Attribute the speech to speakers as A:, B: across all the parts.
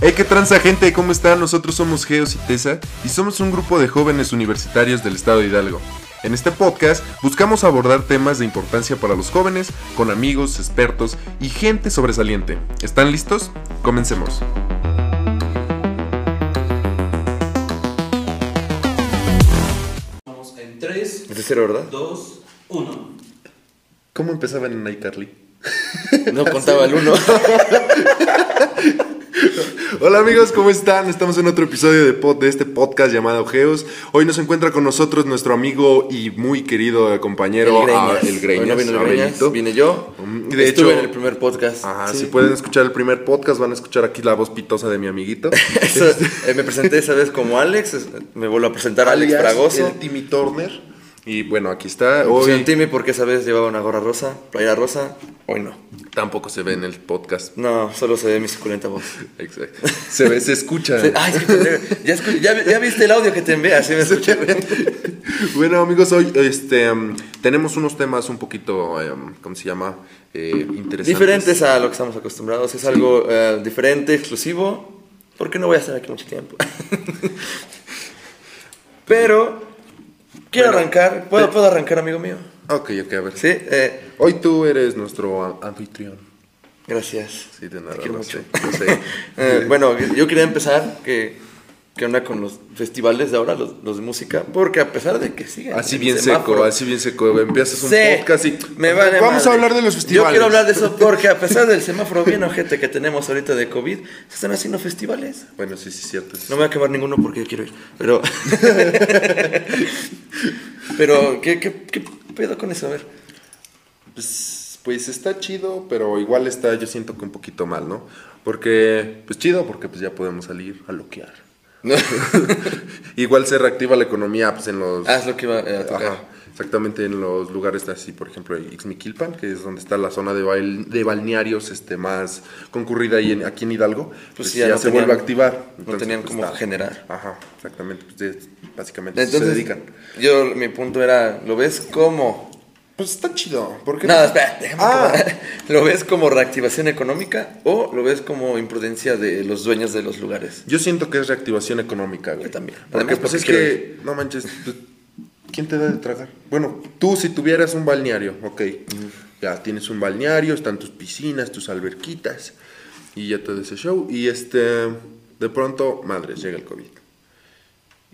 A: Hey, qué transa gente, ¿cómo están? Nosotros somos Geos y Tesa y somos un grupo de jóvenes universitarios del estado de Hidalgo. En este podcast buscamos abordar temas de importancia para los jóvenes con amigos, expertos y gente sobresaliente. ¿Están listos? Comencemos.
B: Vamos en 3,
A: De cero, ¿verdad?
B: 2, 1.
A: ¿Cómo empezaban en iCarly?
C: No contaba el uno.
A: Hola amigos, ¿cómo están? Estamos en otro episodio de, pod- de este podcast llamado Geos. Hoy nos encuentra con nosotros nuestro amigo y muy querido compañero ah, el Greñas,
C: Hoy no vino el Greñas,
A: Abelito.
C: vine yo.
A: Mm, y de
C: Estuve
A: hecho-
C: en el primer podcast.
A: Ajá,
C: Sí.
A: si pueden escuchar el primer podcast, van a escuchar aquí la voz pitosa de mi amiguito.
C: Eso, eh, me presenté esa vez como Alex. es- Me vuelvo a presentar Alex
A: Alias,
C: Fragoso.
A: El Timmy Turner. Y bueno, aquí está. Hoy
C: Soy un Timmy porque esa vez llevaba una gorra rosa, playera rosa. Hoy no.
A: tampoco se ve en el podcast.
C: No, solo se ve mi suculenta voz.
A: Exacto. Se ve, se escucha.
C: Ay, es que pendejo. ya, escu- ya, ya viste el audio que te envía, así me escuché.
A: Bueno, amigos, hoy este, um, tenemos unos temas un poquito, um, ¿cómo se llama? Eh, interesantes.
C: Diferentes a lo que estamos acostumbrados. Es algo eh, diferente, exclusivo. Porque no voy a estar aquí mucho tiempo. Pero quiero arrancar. ¿Puedo, ¿Puedo arrancar, amigo mío?
A: Ok, ok, a ver.
C: Sí, eh,
A: Hoy tú eres nuestro a- anfitrión.
C: gracias.
A: Sí, de nada.
C: Te quiero
A: lo
C: mucho.
A: sé, lo sé.
C: Eh, bueno, yo quería empezar que, que onda con los festivales de ahora, los, los de música, porque a pesar de que siguen.
A: Así
C: en
A: Ah, bien
C: Eh, semáforo,
A: seco, así bien seco. Empiezas un
C: Sí,
A: podcast y.
C: me vale
A: Vamos
C: madre.
A: a hablar de los festivales.
C: Yo quiero hablar de eso porque a pesar del semáforo bien ojete que tenemos ahorita de COVID, se están haciendo festivales.
A: Bueno, sí, sí, cierto. sí,
C: No me va a quemar ninguno porque yo quiero ir. Pero. pero, ¿qué, qué, ¿qué pedo con eso? A ver.
A: Pues, pues está chido, pero igual está, yo siento que un poquito mal, ¿no? Porque, pues chido, porque pues ya podemos salir a loquear. igual se reactiva la economía, pues en los...
C: Haz lo que iba eh, a tocar.
A: Ajá, exactamente en los lugares así, por ejemplo, Ixmiquilpan, que es donde está la zona de, bail- de balnearios este, más concurrida ahí en- aquí en Hidalgo, pues,
C: sí,
A: ya,
C: ya no
A: se
C: tenían-
A: vuelve a activar.
C: no tenían
A: pues,
C: cómo generar.
A: Ajá, exactamente, pues, es- básicamente
C: Entonces,
A: se dedican.
C: yo, mi punto era, ¿lo ves como?
A: Pues está chido, porque...
C: Nada, espera, déjame
A: Ah.
C: acabar. ¿Lo ves como reactivación económica o lo ves como imprudencia de los dueños de los lugares?
A: Yo siento que es reactivación económica, güey.
C: Yo también.
A: Porque,
C: Además,
A: pues
C: porque
A: es
C: quiero
A: que, no manches, tú- ¿quién te da de tragar? Bueno, tú si tuvieras un balneario, ok. Ya tienes un balneario, están tus piscinas, tus alberquitas. Y ya te da ese show. Y este, de pronto, madres, llega el COVID.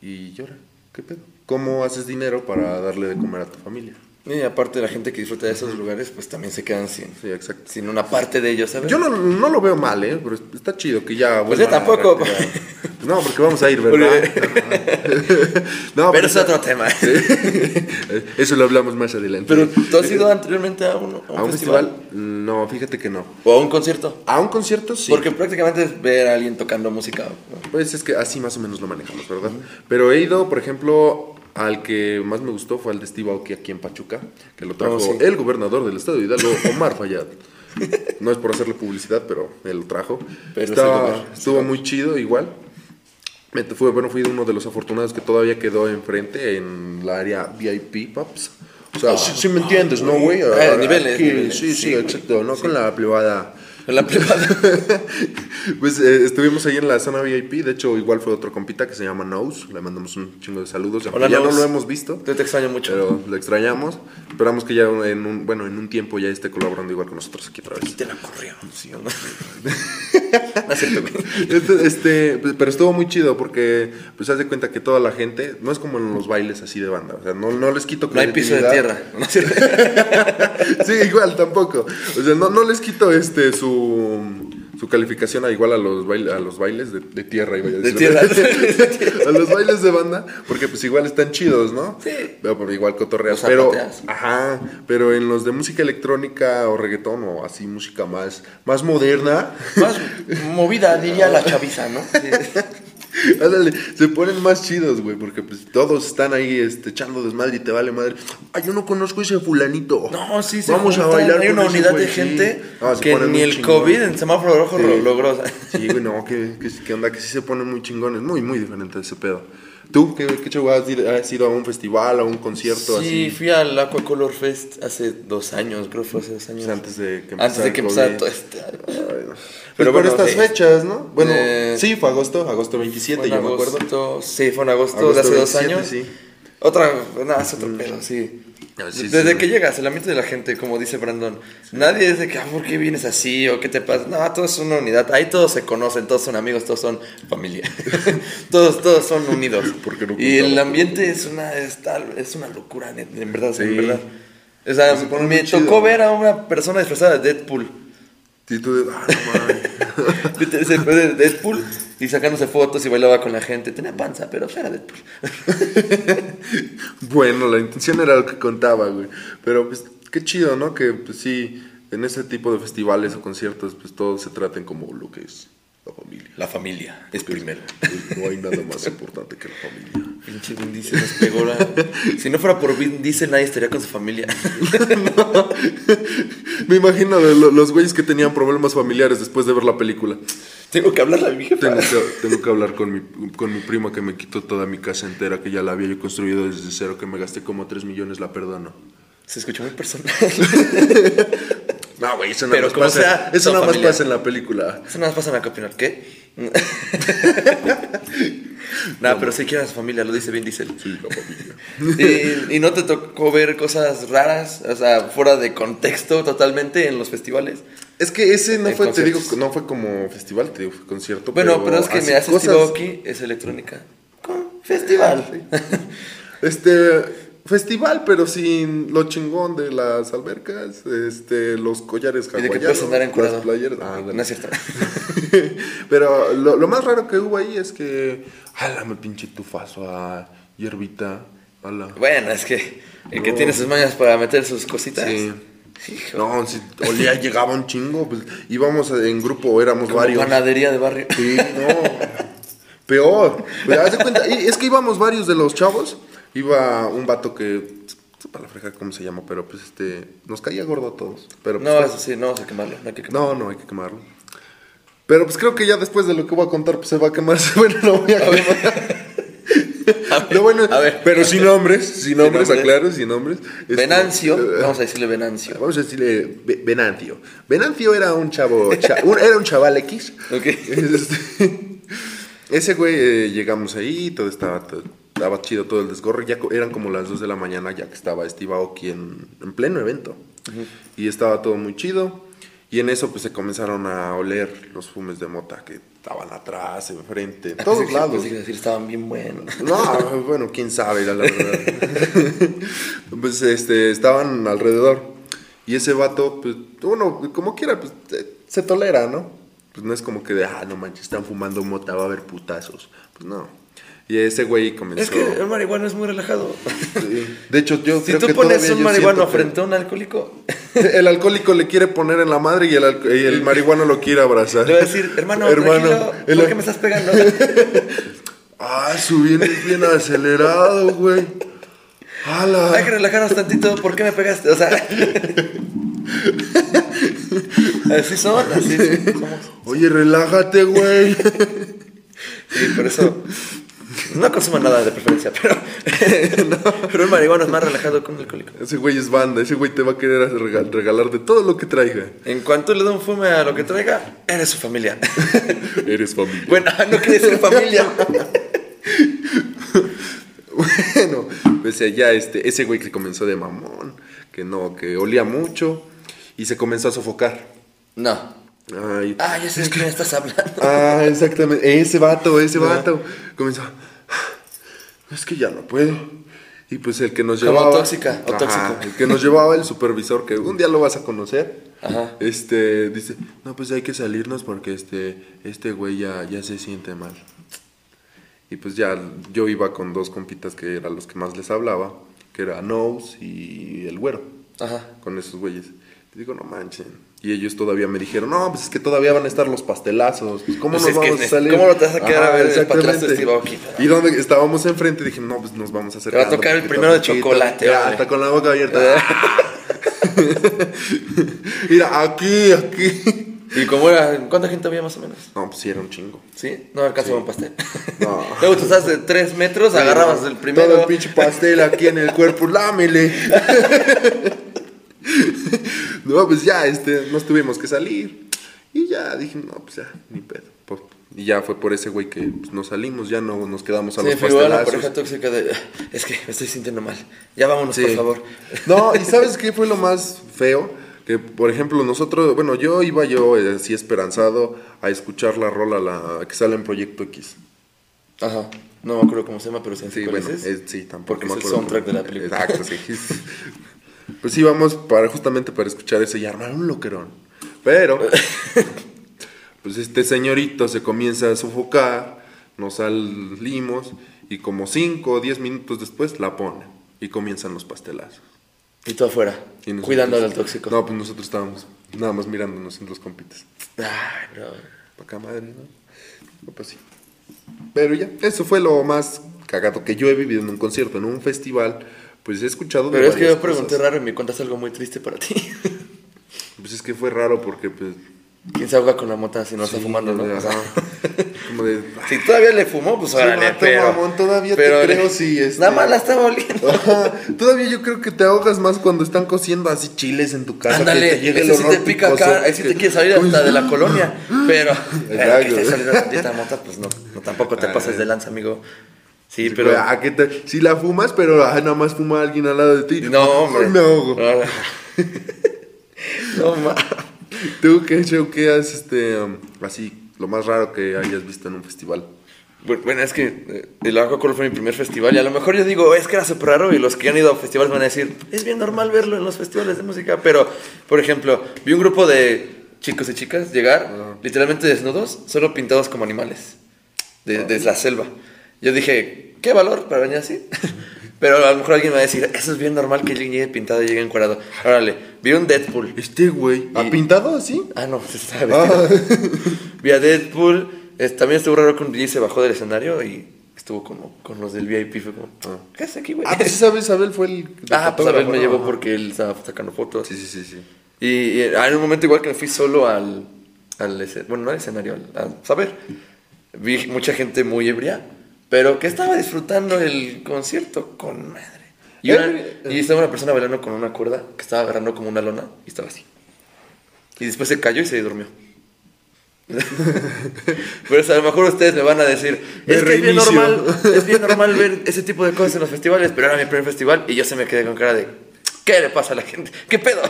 A: Y llora. ¿Qué pedo? ¿Cómo haces dinero para darle de comer a tu familia?
C: Y aparte la gente que disfruta de esos lugares, pues también se quedan sin,
A: Sí, exacto.
C: sin una parte de ellos, ¿sabes?
A: Yo no, no lo veo mal, ¿eh? Pero está chido que ya...
C: Pues
A: vuelvan
C: yo
A: a
C: tampoco.
A: reactivar. No, porque vamos a ir, ¿verdad? no,
C: Pero es
A: está-
C: otro tema.
A: Eso lo hablamos más adelante.
C: Pero tú has ido anteriormente a, uno- a un,
A: ¿A un
C: festival?
A: festival? No, fíjate que no.
C: o a un concierto.
A: ¿A un concierto? Sí.
C: Porque prácticamente es ver a alguien tocando música. ¿no?
A: Pues es que así más o menos lo manejamos, ¿verdad? Pero he ido, por ejemplo, al que más me gustó fue al de Steve Aoki aquí en Pachuca, que lo trajo
C: Oh, sí.
A: el gobernador del estado de Hidalgo, Omar Fayad. No es por hacerle publicidad, pero él lo trajo.
C: Pero es
A: Estaba-
C: el gober-
A: estuvo muy chido igual. Me te- Fue, bueno, fui uno de los afortunados que todavía quedó enfrente en la área VIP, paps. O sea, Ah, sí, sí me entiendes, ¿no, güey?
C: Ah,
A: Aquí,
C: niveles, niveles,
A: Sí, sí,
C: sí, güey.
A: exacto, no con la privada.
C: En la privada.
A: pues eh, estuvimos ahí en la zona VIP. De hecho, igual fue otro compita que se llama Nose. Le mandamos un chingo de saludos. aunque
C: Hola,
A: ya no
C: Nose.
A: lo hemos visto,
C: Yo te extraño mucho.
A: pero lo extrañamos. Esperamos que ya en un, bueno, en un tiempo ya esté colaborando igual con nosotros aquí otra vez.
C: Te la corrió. Sí, ¿no? No es cierto, güey.
A: Este, este, pues, pero estuvo muy chido porque pues haz de cuenta que toda la gente no es como en los bailes así de banda, o sea, no, no les quito
C: No hay piso de
A: creatividad.
C: tierra. No es cierto.
A: sí, igual tampoco. O sea, no, no les quito este su, su calificación a igual a los baile- a los bailes de, de tierra, iba a
C: De
A: decir.
C: tierra.
A: a los bailes de banda, porque pues igual están chidos, ¿no?
C: Sí.
A: Pero por igual cotorreas,
C: Los
A: pero
C: zapateas.
A: ajá, pero en los de música electrónica o reggaetón o así música más más moderna,
C: Más movida, diría la chaviza, ¿no? Sí.
A: Ándale, se ponen más chidos, güey, porque pues todos están ahí este, echando desmadre y te vale madre. Ay, yo no conozco ese fulanito.
C: No, sí, se
A: Vamos a
C: juntan,
A: bailar
C: Hay
A: con
C: una
A: ese
C: unidad
A: güey,
C: de
A: sí.
C: gente
A: Ah, se
C: que
A: ponen
C: ni
A: muy
C: el
A: chingones.
C: COVID en semáforo rojo
A: Sí.
C: lo logró. o sea.
A: Sí, güey, no, que, que, que onda, que sí se ponen muy chingones. Muy, muy diferente de ese pedo. ¿Tú qué, qué show has ido, has ido a un festival, a un concierto
C: Sí,
A: así?
C: fui al Aqua Color Fest hace dos años, creo que fue hace dos años.
A: Pues antes de que
C: Antes de que empezara
A: empezara todo
C: todo este.
A: Pero
C: Pero
A: por
C: bueno,
A: estas
C: sí.
A: fechas, ¿no? Bueno,
C: Eh,
A: sí, fue agosto, agosto 27,
C: Fue en
A: yo me acuerdo.
C: agosto, Sí, fue en agosto,
A: Agosto
C: de hace dos
A: 27,
C: años.
A: sí.
C: Otra, nada, es otro pedo, sí.
A: Ah, sí,
C: Desde
A: sí.
C: que llegas, el ambiente de la gente, como dice Brandon, nadie es de que, ah, ¿por qué vienes así? ¿O qué te pasa? No, todos son una unidad. Ahí todos se conocen, todos son amigos, todos son familia. todos, todos son unidos.
A: ¿Por qué no
C: y el
A: contaba?
C: ambiente es una, está- es una locura, net- en verdad, en
A: Sí.
C: verdad. O sea,
A: Se pone
C: me
A: muy chido.
C: tocó ver a una persona disfrazada de Deadpool.
A: Sí, tú de- ah, no mames.
C: Vete, Se fue de Deadpool y sacándose fotos y bailaba con la gente. Tenía panza, pero era Deadpool.
A: Bueno, la intención era lo que contaba, güey. Pero pues qué chido, ¿no? Que pues sí, en ese tipo de festivales o conciertos, pues todos se traten como lo que es la familia.
C: La familia es primero.
A: Pues, no hay nada más importante que la familia.
C: Pinche Vin Diesel nos pegó la-
A: ¿eh?
C: Si no fuera por Vin Diesel, nadie estaría con su familia.
A: Me imagino de lo- los güeyes que tenían problemas familiares después de ver la película.
C: Tengo que hablarle a mi jefa.
A: Tengo que, tengo que hablar con mi, con mi prima que me quitó toda mi casa entera, que ya la había yo construido desde cero, que me gasté como 3 millones, la perdono.
C: Se escuchó muy personal.
A: No, güey, eso
C: Pero
A: nada más
C: como
A: pasa,
C: sea,
A: eso
C: son
A: nada más
C: familia.
A: pasa en la película.
C: Eso nada más pasa en la capital. ¿Qué? Nada, pero sí quieren a su familia, lo dice Vin Diesel.
A: Sí, la familia.
C: Y, y no te tocó ver cosas raras, o sea, fuera de contexto totalmente en los festivales.
A: Es que ese no
C: En
A: fue, te digo,
C: conciertos.
A: no fue como festival, te digo, fue concierto.
C: Bueno, pero, es que
A: así
C: me hace
A: cosas- Ah,
C: Stivoki, es electrónica. Con Festival.
A: Este festival, pero sin lo chingón de las albercas, este, los collares
C: y de que
A: hawaianos,
C: puedes andar encuadrado.
A: las playeras. Ah,
C: no es cierto.
A: Pero lo, lo más raro que hubo ahí es que. ¡Hala, me pinche tufazo a hierbita! ¡Hala!
C: Bueno, es que el que
A: No.
C: tiene sus mañas para meter sus cositas.
A: Sí.
C: Hijo.
A: No, si olía, llegaba un chingo. Pues, íbamos en grupo, éramos
C: Como
A: varios.
C: Panadería de barrio.
A: Sí, no. Peor. Pero haz de cuenta, y es que íbamos varios de los chavos. Iba un vato que. Para la freja, ¿cómo se llama? Pero pues este. Nos caía gordo a todos. Pero, pues,
C: No, eso sí, no vamos a quemarlo. No hay que quemarlo.
A: No, no, hay que quemarlo. Pero pues creo que ya después de lo que voy a contar, pues se va a quemar. Bueno, no voy a
C: A ver,
A: quemar.
C: a ver,
A: Lo bueno,
C: a ver.
A: pero sin nombres, sin nombres,
C: nombres.
A: aclaro, sin nombres. Este,
C: Venancio,
A: eh,
C: vamos a decirle Venancio.
A: Vamos a decirle Ve- Venancio. Venancio era un chavo, cha- un- era un chaval X.
C: Ok.
A: Este, ese güey, eh, llegamos ahí, todo estaba, todo- estaba chido todo el desgorre. Ya co- eran como las 2 de la mañana, ya que estaba Steve Aoki en, en pleno evento. Y estaba todo muy chido. Y en eso, pues se comenzaron a oler los fumes de mota que estaban atrás, enfrente, en todos
C: Pensé-
A: lados.
C: pensé que iba a decir, estaban bien buenos.
A: No, bueno, quién sabe, la, la verdad. pues este, estaban alrededor. Y ese vato, pues, uno, como quiera, pues eh, se tolera, ¿no? Pues no es como que de, ah, no manches, están fumando mota, va a haber putazos. Pues no. Y ese güey comenzó.
C: Es que el marihuano es muy relajado.
A: Sí. De hecho, yo
C: Si
A: creo
C: tú
A: que
C: pones
A: todavía
C: un
A: yo
C: marihuano
A: siento que-
C: frente a un alcohólico,
A: El alcohólico le quiere poner en la madre y el, alco- y el marihuano lo quiere abrazar.
C: le voy a decir, hermano, tranquilo,
A: el-
C: ¿por qué me estás pegando?
A: Ah, su bien es bien acelerado, güey. ¡Hala!
C: Hay que relajarnos tantito, ¿por qué me pegaste? O sea, así son, así somos.
A: Oye, relájate, güey.
C: Sí, por eso. No consuman nada de preferencia, pero. Pero el marihuano es más relajado que un alcohólico.
A: ese güey es banda, ese güey te va a querer rega- regalar de todo lo que traiga.
C: En cuanto le da un fume a lo que traiga, eres su familia.
A: Eres familia.
C: Bueno, no quiere decir familia.
A: Bueno, pues allá este, ese güey que comenzó de mamón, que no, que olía mucho y se comenzó a sofocar.
C: No.
A: Ay,
C: Ah, ya sé de quién estás hablando.
A: Ah, exactamente. Ese vato, ese vato. Comenzó. Es que ya no puedo. Y pues el que nos
C: Como
A: llevaba.
C: tóxica o tóxico.
A: El que nos llevaba, el supervisor, que un día lo vas a conocer.
C: Ajá.
A: Este dice, no, pues hay que salirnos porque este, este güey ya, ya se siente mal. Y pues ya yo iba con dos compitas que eran los que más les hablaba, que era Nose y el güero
C: Ajá.
A: con esos güeyes. Y digo, no manchen. Y ellos todavía me dijeron, no, pues es que todavía van a estar los pastelazos. pues, ¿Cómo
C: Pues
A: nos
C: es que
A: vamos a
C: es-
A: salir?
C: ¿cómo no te vas a quedar a ver el
A: exactamente.
C: patlazo de Steve Aoki?
A: Y donde estábamos enfrente, dije, no, pues nos vamos a hacer.
C: va a tocar el primero de chocolate,
A: Ya,
C: vale.
A: hasta con la boca abierta. Mira, aquí, aquí.
C: ¿Y cómo era? ¿Cuánta gente había más o menos?
A: No, pues sí, era un chingo.
C: ¿Sí? No alcanzaba un pastel.
A: No.
C: Luego tú estás de 3 metros, agarrabas el primero.
A: Todo el pinche pastel aquí en el cuerpo, lámele. no, pues ya, este, nos tuvimos que salir. Y ya dije, no, pues ya, ni pedo. Pues, y ya fue por ese güey que pues, nos salimos, ya no nos quedamos a
C: Sí,
A: los
C: fue igual la pareja
A: pastelazos.
C: tóxica de. Es que me estoy sintiendo mal. Ya vámonos,
A: Sí.
C: por favor.
A: No, y ¿sabes qué fue lo más feo? Que, por ejemplo, nosotros, bueno, yo iba yo eh, así esperanzado a escuchar la rola la, que sale en Proyecto X.
C: Ajá. No me acuerdo cómo se llama, pero sí,
A: Sí,
C: ¿cuál
A: bueno,
C: es?
A: eh, sí, tampoco
C: Porque
A: me
C: es el
A: acuerdo.
C: soundtrack de la película.
A: Exacto, sí. pues sí, vamos para, justamente para escuchar eso y armar un loquerón. Pero, pues este señorito se comienza a sofocar, nos salimos y como 5 o 10 minutos después la pone y comienzan los pastelazos.
C: Y tú afuera,
A: Y nosotros-
C: cuidando al tóxico.
A: No, pues nosotros estábamos nada más mirándonos en los compitas.
C: Ay, no.
A: Pa' acá madre, ¿no? No, Pues sí. Pero ya, eso fue lo más cagado que yo he vivido en un concierto, en un festival. Pues he escuchado de
C: Pero es que
A: varias
C: yo pregunté
A: cosas.
C: raro y me contaste algo muy triste para ti.
A: Pues es que fue raro porque, pues.
C: ¿Quién se ahoga con la mota si no está
A: sí,
C: fumando, no?
A: de-
C: O sea,
A: como de.
C: si todavía le fumó, pues
A: Sí,
C: órale,
A: vato,
C: pero...
A: mamón, todavía te creo si, este-
C: Nada más la estaba oliendo.
A: Ajá, "Ah". Todavía yo creo que te ahogas más cuando están cociendo así chiles en tu casa. que
C: Ándale,
A: te llegue el
C: ese sí
A: olor
C: te pica
A: picoso,
C: acá, ahí sí
A: que-
C: te quiere salir hasta de la colonia, pero... eh, este pero que
A: Exacto. Ah,
C: esté saliendo tantita mota, pues no, no, tampoco te pases de lanza, amigo. Sí,
A: Sí,
C: pero...
A: güey, ah, ¿qué tal? Si la fumas, pero ah, nada más fuma alguien al lado de ti.
C: No, hombre.
A: Ay, Me ahogo.
C: No, No, ma.
A: ¿Tú qué show qué has, este, um, así, lo más raro que hayas visto en un festival?
C: Bu- Bueno, es que eh, el Acuacolor fue mi primer festival y a lo mejor yo digo, es que era súper raro y los que han ido a festivales van a decir, es bien normal verlo en los festivales de música, pero, por ejemplo, vi un grupo de chicos y chicas llegar literalmente desnudos, solo pintados como animales, de, de la selva. Yo dije, qué valor para venir así. pero a lo mejor alguien me va a decir, eso es bien normal que alguien llegue pintado y llegue encuadrado. Órale, vi un Deadpool.
A: Este güey. ¿Ha
C: Y-
A: pintado así?
C: Ah, no, se estaba vestido.
A: Ah.
C: Vi a Deadpool. es- también estuvo raro que un DJ se bajó del escenario y estuvo como con los del VIP. Fue como,
A: Ah.
C: ¿qué hace aquí, güey?
A: Ah, pues Isabel, Isabel fue el.
C: Ah, pues a ver, me
A: llevó
C: llevó porque él estaba sacando fotos.
A: Sí, sí, sí, sí.
C: Y, y, ah, en un momento igual que me fui solo al... al esce- bueno, no al escenario, al, al- a ver. Vi mucha gente muy ebria, pero que estaba disfrutando el concierto con madre. Y, una- y estaba una persona bailando con una cuerda que estaba agarrando como una lona y estaba así. Y después se cayó y se durmió. Pero o sea, a lo mejor ustedes me van a decir,
A: Me
C: es que es bien,
A: reinicio".
C: normal, es bien normal ver ese tipo de cosas en los festivales, pero era mi primer festival y yo se me quedé con cara de, ¿qué le pasa a la gente? ¿Qué pedo?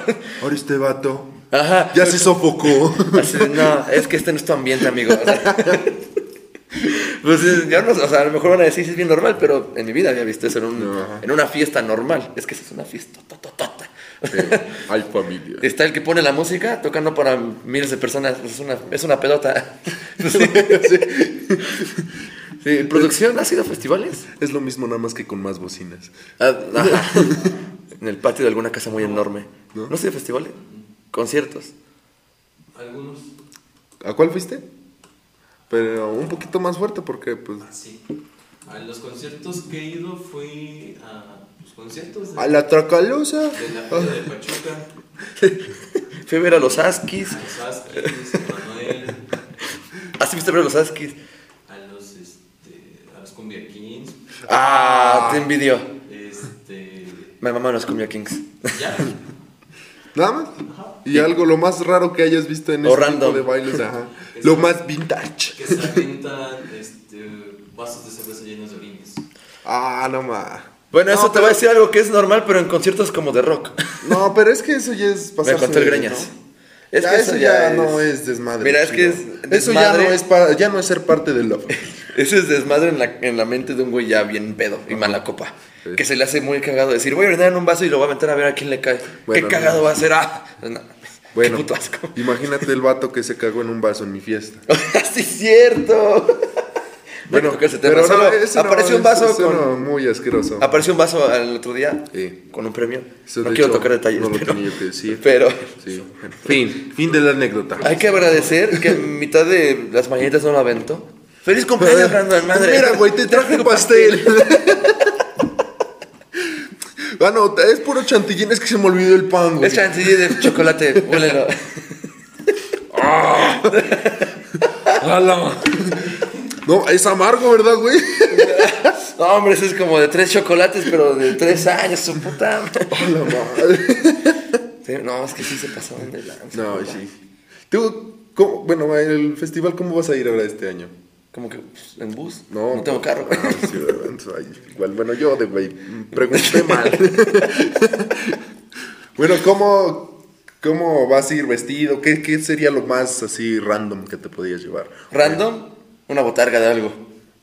A: Ahora este vato.
C: Ajá.
A: Ya se sofocó.
C: Así de, no, es que este no es tu ambiente, amigo. O sea, pues es- yo no sé, o sea, a lo mejor van a decir, "Sí, es bien normal, pero en mi vida había visto eso en, un-
A: No, ajá.
C: en una fiesta normal. Es que esa es una fiesta. tototota.
A: Hay familia.
C: Está el que pone la música tocando para miles de personas. pues es, una, es una pelota. Pues, Sí, ¿Producción ha sido a festivales?
A: Es lo mismo, nada más que con más bocinas.
C: Ah, ajá. en el patio de alguna casa muy enorme. ¿No, ha sido a festivales? Conciertos.
B: Algunos.
A: ¿A cuál fuiste? Pero un poquito más fuerte porque, pues.
B: Así. ah, A los conciertos que he ido fui a los conciertos de,
A: A la Tracalosa.
B: de la Feria de Pachuca,
C: Fui a ver a los Askis.
B: a los Askis, a Manuel,
C: ¿Has visto ver ¿Ah, a los Askis?
B: a los, este, a los Cumbia Kings,
C: Ah, te envidio.
B: este,
C: Mi mamá nos comió Kings.
B: ya,
A: Nada más. Y algo lo más raro que hayas visto en
C: O
A: ese tipo
C: random.
A: de bailes, ajá. Lo más vintage.
B: que se aventan este, vasos de cerveza llenos de orines.
A: Ah, no más.
C: Bueno, eso te va a
A: decir
C: decir algo que es normal, pero en conciertos como de rock.
A: No, pero es que eso ya es pasarse
C: Me contó el
A: de,
C: Greñas.
A: ¿no?
C: Es
A: Ya,
C: que
A: eso ya no es desmadre.
C: Mira, es que es
A: chido. eso ya
C: desmadre.
A: no es para, ya no es ser parte del love.
C: Eso es desmadre en la, en la mente de un güey ya bien pedo y mala copa. Que se le hace muy cagado decir, voy a orinar en un vaso y lo voy a meter a ver a quién le cae.
A: Bueno,
C: ¿Qué cagado
A: no.
C: va a ser? Ah, no.
A: Bueno,
C: Qué puto asco.
A: imagínate el vato que se cagó en un vaso en mi fiesta.
C: sí, es cierto.
A: Bueno,
C: Toca ese tema. Solo
A: eso
C: apareció un
A: eso-
C: vaso
A: eso
C: con-
A: no, muy asqueroso.
C: Apareció un vaso el otro día
A: Sí.
C: con un premio.
A: Eso,
C: no
A: de
C: quiero
A: hecho,
C: tocar detalles.
A: no lo
C: pero-
A: tenía que decir.
C: Pero
A: Sí. Fin, fin de la anécdota.
C: Hay que agradecer que en mitad de las mañanitas no la aventó. ¡Feliz cumpleaños, Brandon! ¡Madre!
A: Mira, güey, te traje un pastel. ah, no, es puro chantillín, es que se me olvidó el pan, güey.
C: Es chantilly de chocolate, huélelo.
A: No, es amargo, ¿verdad, güey?
C: No, hombre, eso es como de tres chocolates, pero de tres años, su puta madre.
A: A la madre.
C: Sí, No, es que sí se pasaron de lanza.
A: No,
C: compa.
A: sí. Tú, ¿cómo- bueno, el festival, ¿cómo vas a ir ahora este año?
C: Como que pues, en bus.
A: No.
C: No, tengo carro.
A: Ah, sí, ¿verdad? Entonces, ay, igual, bueno, yo de güey, pregunté mal. bueno, ¿cómo, ¿cómo vas a ir vestido? ¿Qué, ¿Qué sería lo más así random que te podías llevar?
C: Random, una botarga de algo.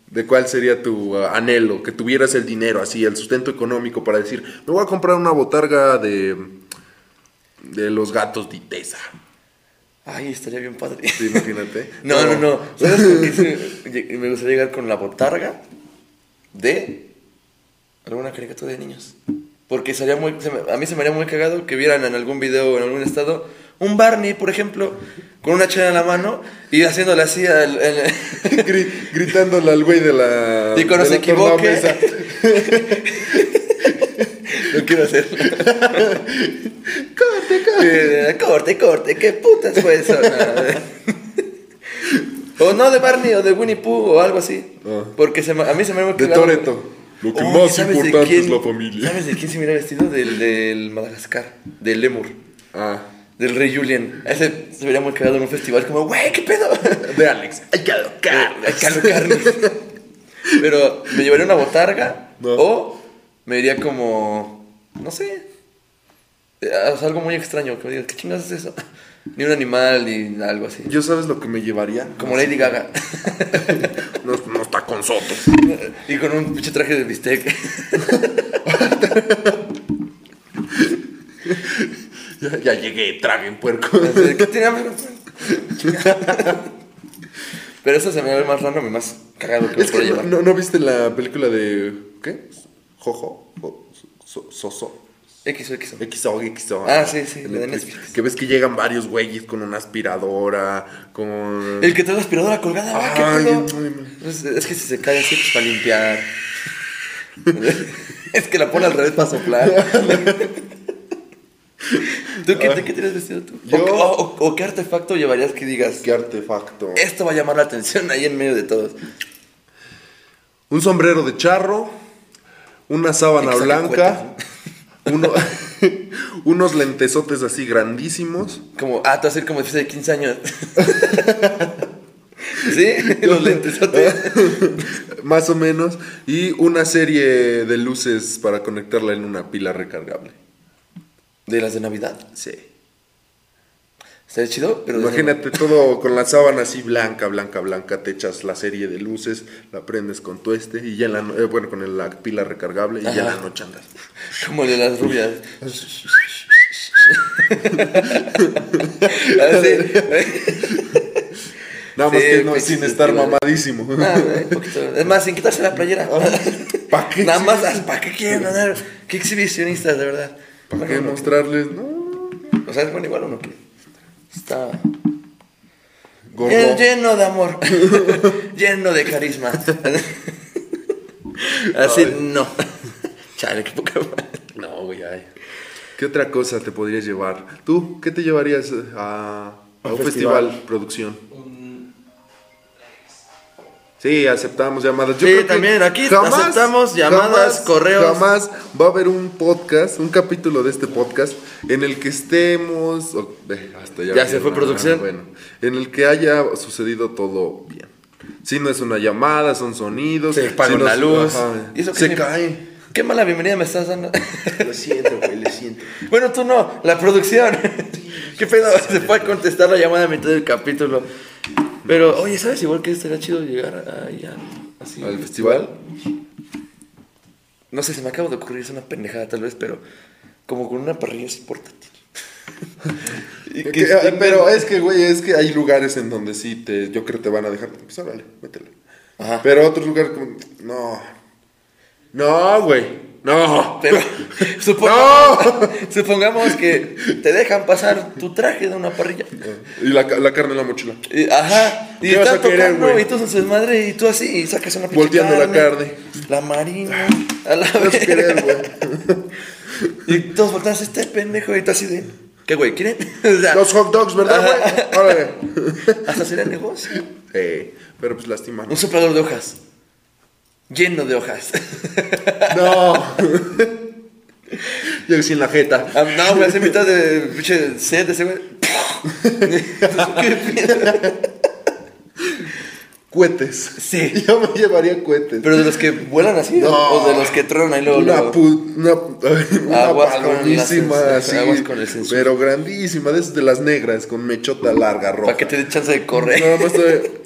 A: ¿De cuál sería tu ah, anhelo? Que tuvieras el dinero, así, el sustento económico para decir, me voy a comprar una botarga de, de los gatos de Itesa.
C: Ay, estaría bien padre.
A: Sí, imagínate.
C: No, no, no. ¿Sabes con qué se- lle- me gustaría llegar con la botarga de alguna caricatura de niños? Porque sería muy, se me- a mí se me haría muy cagado que vieran en algún video o en algún estado un Barney, por ejemplo, con una chela en la mano y haciéndole así al... al-
A: Gri- gritándole al güey de la.
C: Y cuando
A: de
C: se
A: la tornamesa.
C: equivoque. no quiero hacer. corte, corte. corte, corte. ¿Qué putas fue eso? No. o no de Barney o de Winnie Pooh o algo así.
A: Ah.
C: Porque se me- a mí se me ha
A: De Toreto. Lo que más importante es la familia.
C: ¿Sabes de quién se mira vestido? Del, del Madagascar, del Lemur,
A: Ah,
C: del Rey Julian. A Ese se vería muy cagado en un festival como, güey, ¿qué pedo?
A: de Alex. Hay que alocarlo.
C: Hay que alocarnos. Eh, Pero me llevaría una botarga
A: No.
C: o me iría como, no sé, eh, o sea, algo muy extraño, que me digas, ¿qué chingas es eso? Ni un animal, ni algo así.
A: ¿Yo sabes lo que me llevaría?
C: Como Lady Gaga.
A: No, no está con Soto.
C: y con un pinche traje de bistec.
A: Ya, ya llegué, traguen puerco.
C: Así, ¿Qué tiene hambre? Pero eso se me ve más raro y más cagado que me
A: Es
C: puedo
A: que no,
C: llevar.
A: no, ¿no viste la película de. ¿Qué? Jojo. O- so- Soso.
C: X o X.
A: XO, XO.
C: Ah, sí, sí,
A: En
C: la de
A: Netflix.
C: Netflix.
A: Que ves que llegan varios güeyes con una aspiradora, con.
C: El que trae la aspiradora colgada, ah, ¿qué
A: Ay,
C: pedo?
A: ay, ay.
C: Pues, Es que si se cae así, pues para limpiar. es que la pone al revés para soplar. ¿Tú qué, de qué tienes vestido tú?
A: Ah. Yo-
C: ¿O, qué- o- o- o qué artefacto llevarías que digas?
A: Qué artefacto.
C: Esto va a llamar la atención ahí en medio de todos.
A: Un sombrero de charro, una sábana
C: Hay que sacar
A: blanca, uno- unos lentesotes así grandísimos.
C: Como, ah, te vas a ir como fiesta de 15 años. ¿Sí? Los lentes.
A: Más o menos. Y una serie de luces para conectarla en una pila recargable.
C: De las de Navidad.
A: Sí.
C: Está chido, pero.
A: Imagínate todo con la sábana así blanca, blanca, blanca. Te echas la serie de luces, la prendes con tu este y ya en la no- eh, bueno, con la pila recargable y ya en la
C: Ajá.
A: noche andas.
C: Como el de las rubias.
A: Nada más
C: Así. Ah, Sí, Ah,
A: que no,
C: pinche
A: sin estar
C: festival.
A: mamadísimo.
C: Nada, un poquito. Es más, sin quitarse la playera.
A: ¿Para Ah, qué?
C: Nada más, ¿para qué quieren andar? Qué exhibicionistas, de verdad.
A: ¿Para
C: Bueno,
A: qué
C: uno
A: mostrarles? No,
C: que- O sea, es bueno, igual uno que está
A: gordo.
C: llen- lleno de amor, lleno de carisma. Así, no. Chale, qué poca madre.
A: No, güey, ay. ¿Qué otra cosa te podrías llevar? ¿Tú qué te llevarías eh, a, a un festival. producción?
B: Un-
A: Sí, aceptamos llamadas.
C: Sí, también, aquí aceptamos llamadas, correos.
A: Jamás va a haber un podcast, un capítulo de este podcast en el que estemos. o- eh, hasta ya
C: Ya se
A: vieron,
C: fue
A: ah,
C: producción.
A: Bueno, en el que haya sucedido todo bien. Si no es una llamada, son sonidos.
C: Se
A: si
C: apaga
A: no
C: la
A: es-
C: luz.
A: ajá,
C: ¿Y eso qué
A: se
C: significa?
A: cae.
C: Qué mala bienvenida me estás dando.
A: Lo siento, güey, lo siento.
C: Bueno, tú no, la producción. ¿Qué pedo? Se fue a contestar la llamada a mitad del capítulo. Pero, oye, ¿sabes igual que estaría chido llegar ahí a- así?
A: ¿Al festival?
C: No sé, se me acaba de ocurrir, es una pendejada tal vez, pero como con una parrilla así portátil. Y que
A: Que- ah,
C: estén-
A: pero es que, güey, es que hay lugares en donde sí te, yo creo te van a dejar, pues órale, métele.
C: Ajá.
A: Pero otros lugares como, no, no, güey, no.
C: Pero supongamos, supongamos que te dejan pasar tu traje de una parrilla.
A: Y la, ca- la carne en la mochila,
C: Y- Ajá. Y
A: ¿Qué vas
C: están
A: a querer,
C: tocando
A: güey?
C: y tú en su madre y tú así y sacas una pinche
A: Volteando la carne.
C: La marina. A la
A: no vas a
C: verga.
A: querer, güey.
C: Y todos voltean este pendejo y tú así de. ¿Qué, güey? ¿Quieren? o sea,
A: Los hot dogs, ¿verdad, güey? Órale.
C: hasta sería negocio.
A: Sí, pero pues lastima.
C: Un soplador de hojas. Lleno de hojas.
A: No. Yo sin la jeta.
C: Ah, no, me hace mitad de pinche set de ese güey. ¿Qué piensas?
A: Cohetes.
C: Sí.
A: Yo me llevaría cohetes.
C: Pero de los que vuelan así, ¿no?
A: No.
C: o de los que tronan ahí luego.
A: una
C: luego.
A: pu- una, una
C: Aguas con
A: palomísima
C: las
A: así,
C: sens- aguas con el sensor.
A: pero grandísima, de esas de las negras, con mechota larga, roja.
C: Para que te dé chance de correr.
A: Nada más te-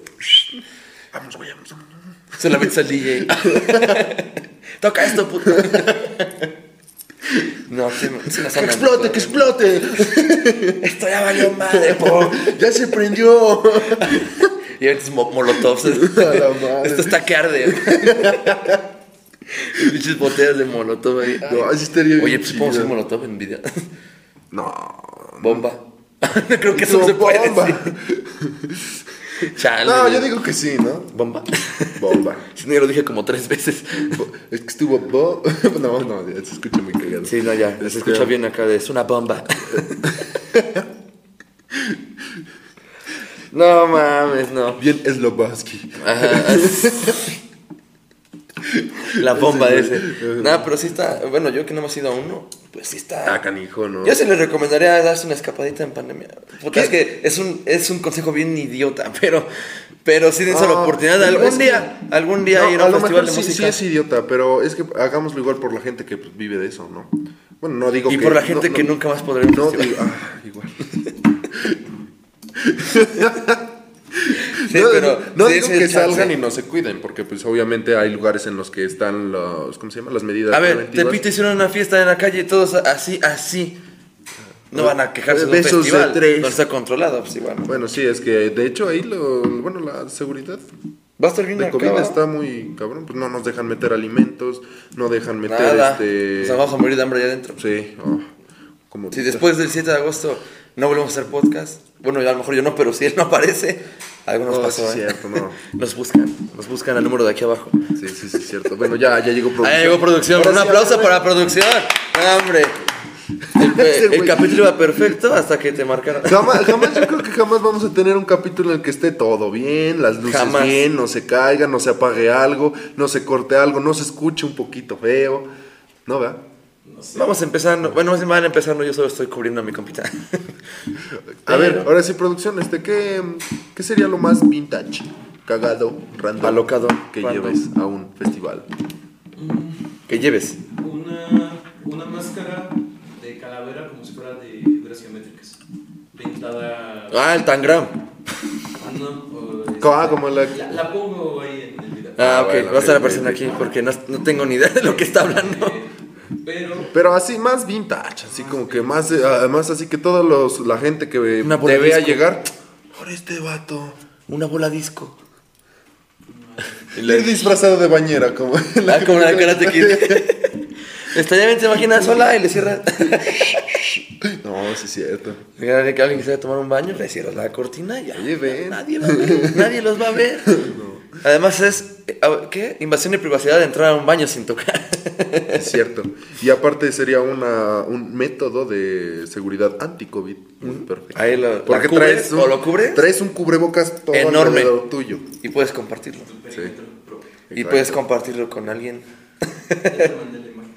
A: Vamos, güey, vamos, vamos.
C: Se la metes al DJ. Toca esto, puto. No, sí, me- sí me
A: ¡Que
C: sanan.
A: explote, que explote!
C: Esto ya valió madre, po.
A: ¡Ya se prendió!
C: Y ahorita es mo- molotovs.
A: A la madre.
C: Esto está que arde. Y Pinches botellas de molotov ahí.
A: No, así estaría bien
C: Oye, pues
A: chido.
C: podemos hacer molotov en video.
A: No.
C: Bomba. No creo que eso
A: No,
C: se puede
A: bomba.
C: decir. Chale.
A: No, yo digo que sí, ¿no?
C: Bomba.
A: Bomba.
C: Si no, ya lo dije como tres veces.
A: Bo- Es que estuvo bo... No, no, ya se escucha muy cagado.
C: Sí, no, ya. Se
A: Este,
C: escucha bien acá de es una bomba. No mames, no.
A: Bien Sloboski.
C: Ajá. La bomba
A: Ese,
C: ese.
A: güey.
C: Nada, pero sí está. Bueno, yo que no hemos ido a uno, pues
A: Ah,
C: sí está.
A: canijo, ¿no?
C: Yo se les recomendaría darse una escapadita en pandemia. Puta, es que es un, es un consejo bien idiota, pero, pero sí dense la
A: Ah,
C: oportunidad.
A: pero
C: Algún
A: es
C: día, algún día
A: No,
C: ir a
A: a
C: un
A: lo
C: festival
A: mejor sí,
C: de
A: sí
C: música.
A: es idiota, pero es que hagámoslo igual por la gente que pues, vive de eso, ¿no? Bueno, no digo
C: y
A: que...
C: por la
A: no,
C: gente
A: no,
C: que nunca más podrá ir a un
A: No,
C: festival.
A: digo- ah, igual.
C: Sí,
A: no
C: pero
A: no
C: sí,
A: digo
C: sí,
A: que
C: chance.
A: salgan y no se cuiden, porque pues obviamente hay lugares en los que están los... ¿Cómo se llama? Las medidas
C: A ver,
A: preventivas.
C: Tepito hicieron una fiesta en la calle, todos así, así. No van a quejarse de un
A: Besos de
C: festival.
A: tres.
C: No está controlado, pues igual. ¿no?
A: Bueno, sí, es que de hecho ahí lo... Bueno, la seguridad
C: Va a estar bien
A: de COVID
C: acabado.
A: está muy cabrón. Pues no nos dejan meter alimentos, no dejan meter
C: Nada.
A: este...
C: O sea, vamos a morir de hambre allá adentro.
A: Sí, oh, como...
C: Si después del 7 de agosto no volvemos a hacer podcast, bueno, a lo mejor yo no, pero si él no aparece, algo nos
A: Oh,
C: pasó.
A: sí,
C: ¿eh?
A: cierto, no.
C: Nos buscan, nos buscan al número de aquí abajo.
A: Sí, sí, sí, es cierto. Bueno, ya, ya llegó producción.
C: Ahí Ah, llegó producción.
A: Ahora
C: Un
A: sí,
C: aplauso
A: ahora-
C: para producción. ¡Hombre! El,
A: Ese
C: el
A: güey.
C: capítulo iba perfecto hasta que te marcaron.
A: Jamás, jamás, yo creo que jamás vamos a tener un capítulo en el que esté todo bien, las luces
C: Jamás.
A: bien, no se caiga, no se apague algo, no se corte algo, no se escuche un poquito feo. ¿No, verdad?
B: No sé.
C: Vamos empezando. Bueno, más bien van empezando, yo solo estoy cubriendo a mi compita.
A: A ver,
C: Pero-
A: ahora sí, producción, este, ¿qué, qué sería lo más vintage, cagado, random,
C: Alocado,
A: que
C: random.
A: lleves a un festival?
C: Que lleves.
B: Una, una máscara de calavera como si fuera de figuras geométricas. Pintada.
C: Ah, el tangram.
B: No, o-
A: Ah, como la-
B: la. La pongo ahí en el video.
C: Ah,
A: Ah,
C: ok.
A: bueno,
C: Va a estar
A: ok,
C: la persona
A: ok.
C: aquí porque no, no tengo ni idea de lo que está hablando.
B: Eh, Pero.
A: Pero así, más vintage, así como que más, eh, además así que toda los, la gente que ve-
C: Una bola
A: te vea
C: disco.
A: llegar, por este vato.
C: Una bola disco.
A: Ir disfrazado de bañera, como en
C: Ah, como la de
A: película.
C: Karate Kid. Estaría bien, se imagina sola y le cierras.
A: No, sí es cierto.
C: Mira, que alguien que se vaya a tomar un baño, le cierras la cortina y ya.
A: Oye, ven.
C: Nadie, va a ver, nadie los va a ver. Además es, eh, ah, ¿qué? Invasión de privacidad de entrar a un baño sin tocar.
A: Es cierto. Y aparte sería una, un método de seguridad anti-COVID. Muy perfecto.
C: Ahí lo- la
A: Porque
C: cubres
A: traes un,
C: o lo cubres.
A: Traes un cubrebocas todo
C: Enorme.
A: alrededor tuyo.
C: Y puedes compartirlo.
B: Tu perímetro propio.
C: Y
A: Exacto.
C: puedes compartirlo con alguien.
B: Ya te mandé la imagen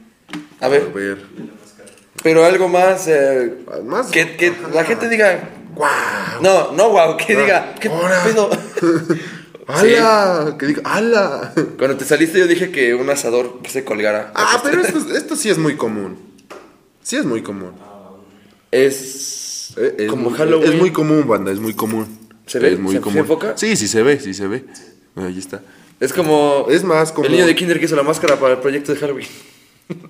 C: A
A: A
C: ver,
A: ver.
B: de la máscara.
C: pero algo más... eh,
A: Además.
C: que que la gente diga...
A: ¡Guau!
C: No, no, wow, que
A: Ah,
C: diga... ¿Qué
A: ahora.
C: pedo?
A: ¡Hala! Que diga, ¡Hala!
C: Cuando te saliste yo dije que un asador se colgara.
A: Ah, pero esto, esto sí es muy común. Sí es muy común.
C: Es...
A: Eh, es
C: como
A: muy-
C: Halloween.
A: Es muy común, banda, es muy común.
C: ¿Se ve?
A: Es muy
C: ¿Se- se
A: común.
C: enfoca?
A: Sí, sí se ve, sí se ve. Ahí está.
C: Es como...
A: Es más como-
C: El niño de kinder que hizo la máscara para el proyecto de Halloween.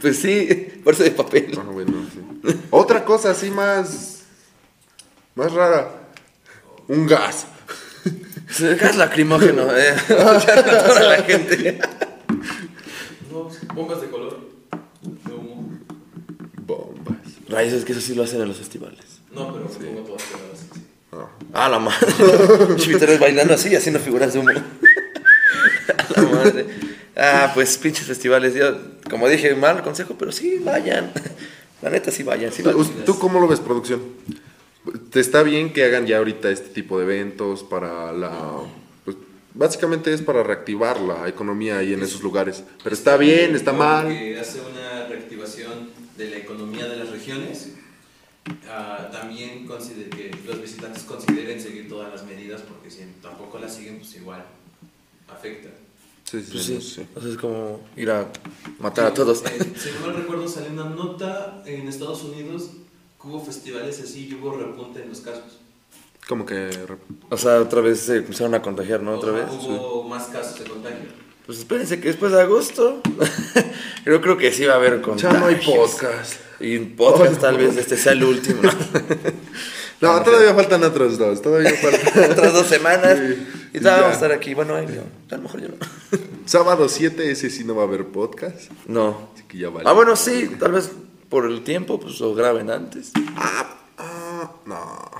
C: pues sí, fuerza de papel.
A: Ah, bueno, sí. Otra cosa así más. Más rara. Un gas.
C: Se gas lacrimógeno, eh. Echar a la gente.
B: No, bombas de color. De humo.
A: Bombas.
C: Rayos, es que eso sí lo hacen en los festivales.
B: No, pero me pongo todas pegadas. así.
A: No.
C: Ah, la madre. Chiviteros bailando así, haciendo figuras de humo. A la madre. Ah, pues pinches festivales. Yo, como dije, mal consejo, pero sí, vayan. La neta, sí vayan, sí
A: ¿Tú,
C: vayan.
A: tú cómo lo ves, producción? ¿Te está bien que hagan ya ahorita este tipo de eventos para la... pues, básicamente es para reactivar la economía ahí en esos lugares. Pero está bien, está mal.
B: Porque hace una reactivación de la economía de las regiones. Ah, también consider- que los visitantes consideren seguir todas las medidas porque si tampoco las siguen, pues igual afecta.
A: Sí,
C: Pues sí, entonces es como ir a matar a todos.
B: Eh, si no mal recuerdo, salió una nota en Estados Unidos que hubo festivales así y hubo repunte en los casos.
A: Como que...
C: O sea, otra vez se empezaron a contagiar, ¿no? Otra
B: O sea,
C: vez.
B: Hubo más casos de contagio.
C: Pues espérense que después de agosto, yo creo que sí va a haber
A: Ya
C: contagios.
A: no hay podcast.
C: Y podcast tal vez este sea el último.
A: No, todavía faltan otros dos. Todavía faltan...
C: Otras dos semanas.
A: Sí,
C: y
A: y
C: tal, vamos a
A: ya.
C: estar aquí. Bueno, ahí, yo- a lo mejor yo no.
A: Sábado 7, ese sí no va a haber podcast.
C: No.
A: Así que ya vale.
C: Ah, bueno, sí, tal vez por el tiempo, pues lo graben antes.
A: Ah, no.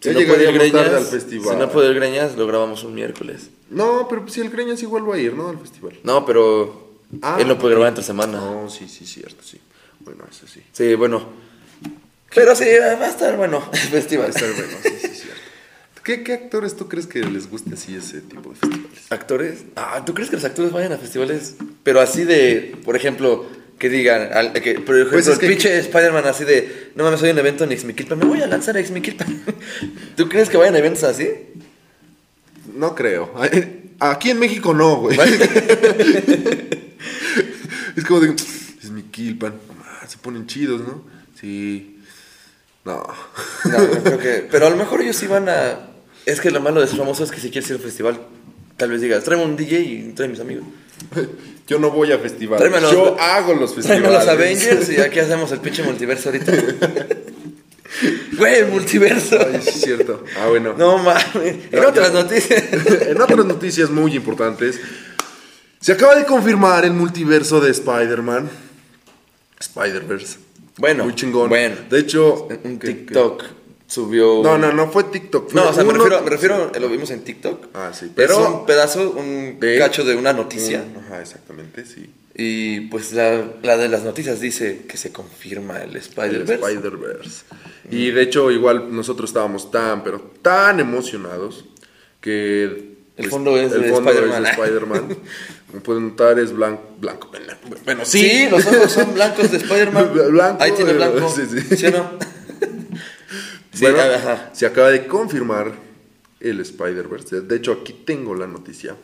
C: Si
A: Ya
C: no puede ir
A: llegaríamos
C: Greñas,
A: tarde al festival.
C: si no puede ir Greñas, lo grabamos un miércoles.
A: No, pero si el Greñas igual va a ir, ¿no? Al festival.
C: No, pero
A: Ah. Oh.
C: él no puede grabar entre semana.
A: No, sí, sí, cierto, sí. Bueno, eso sí.
C: Sí, bueno. Pero sí, va a estar bueno el
A: Va a
C: festival.
A: estar bueno, sí, sí, cierto. ¿Qué, qué actores tú crees que les guste así ese tipo de festivales?
C: ¿Actores? Ah, ¿tú crees que los actores vayan a festivales? Pero así de, por ejemplo, que digan, al- que, por ejemplo,
A: Pues es
C: el
A: que-
C: pinche Spider-Man así de, no mames, hoy hay un evento en Ixmiquilpan, me voy a lanzar a Ixmiquilpan. ¿Tú crees que vayan a eventos así?
A: No creo. Aquí en México no, güey. es como de. Es mi Kilpan. Ah, Se ponen chidos, ¿no? Sí. No.
C: No, no creo que... Pero a lo mejor ellos sí van a... Es que lo malo de ser famoso es que si quieres ir a un festival, tal vez digas, tráeme un DJ y tráeme mis amigos.
A: Yo no voy a festivales.
C: Tráeme a los-
A: Yo hago los
C: Tráeme
A: festivales.
C: a los Avengers y aquí hacemos el pinche multiverso ahorita. Güey, el multiverso.
A: Ay, sí, es cierto. Ah, bueno.
C: No mames. En otras noticias.
A: en otras noticias muy importantes, se acaba de confirmar el multiverso de Spider-Man. Spider-Verse.
C: Bueno,
A: Muy chingón.
C: bueno.
A: De hecho, ¿qué-
C: Un
A: qué?
C: TikTok subió.
A: No, no, no fue TikTok. fue
C: No, o sea, me
A: uno-
C: refiero, me refiero, lo vimos en TikTok.
A: Ah, sí,
C: Pero.
A: pero-
C: Es un pedazo, un
A: De-
C: cacho de una noticia.
A: Mm, Ajá, exactamente, sí.
C: Y pues la, la de las noticias dice que se confirma el
A: El
C: Spider-Verse.
A: Spider-Verse. Y de hecho, igual nosotros estábamos tan, pero tan emocionados que.
C: El fondo es
A: el
C: de
A: fondo es
C: Spider-Man.
A: de Spider-Man. Como pueden notar, es blanco. blanco bueno,
C: sí.
A: sí.
C: los ojos son blancos de Spider-Man.
A: Blanco,
C: Ahí tiene
A: eh,
C: blanco.
A: sí, sí.
C: o no? sí,
A: Bueno,
C: ajá.
A: se acaba de confirmar el Spider-Verse. De hecho, aquí tengo la noticia.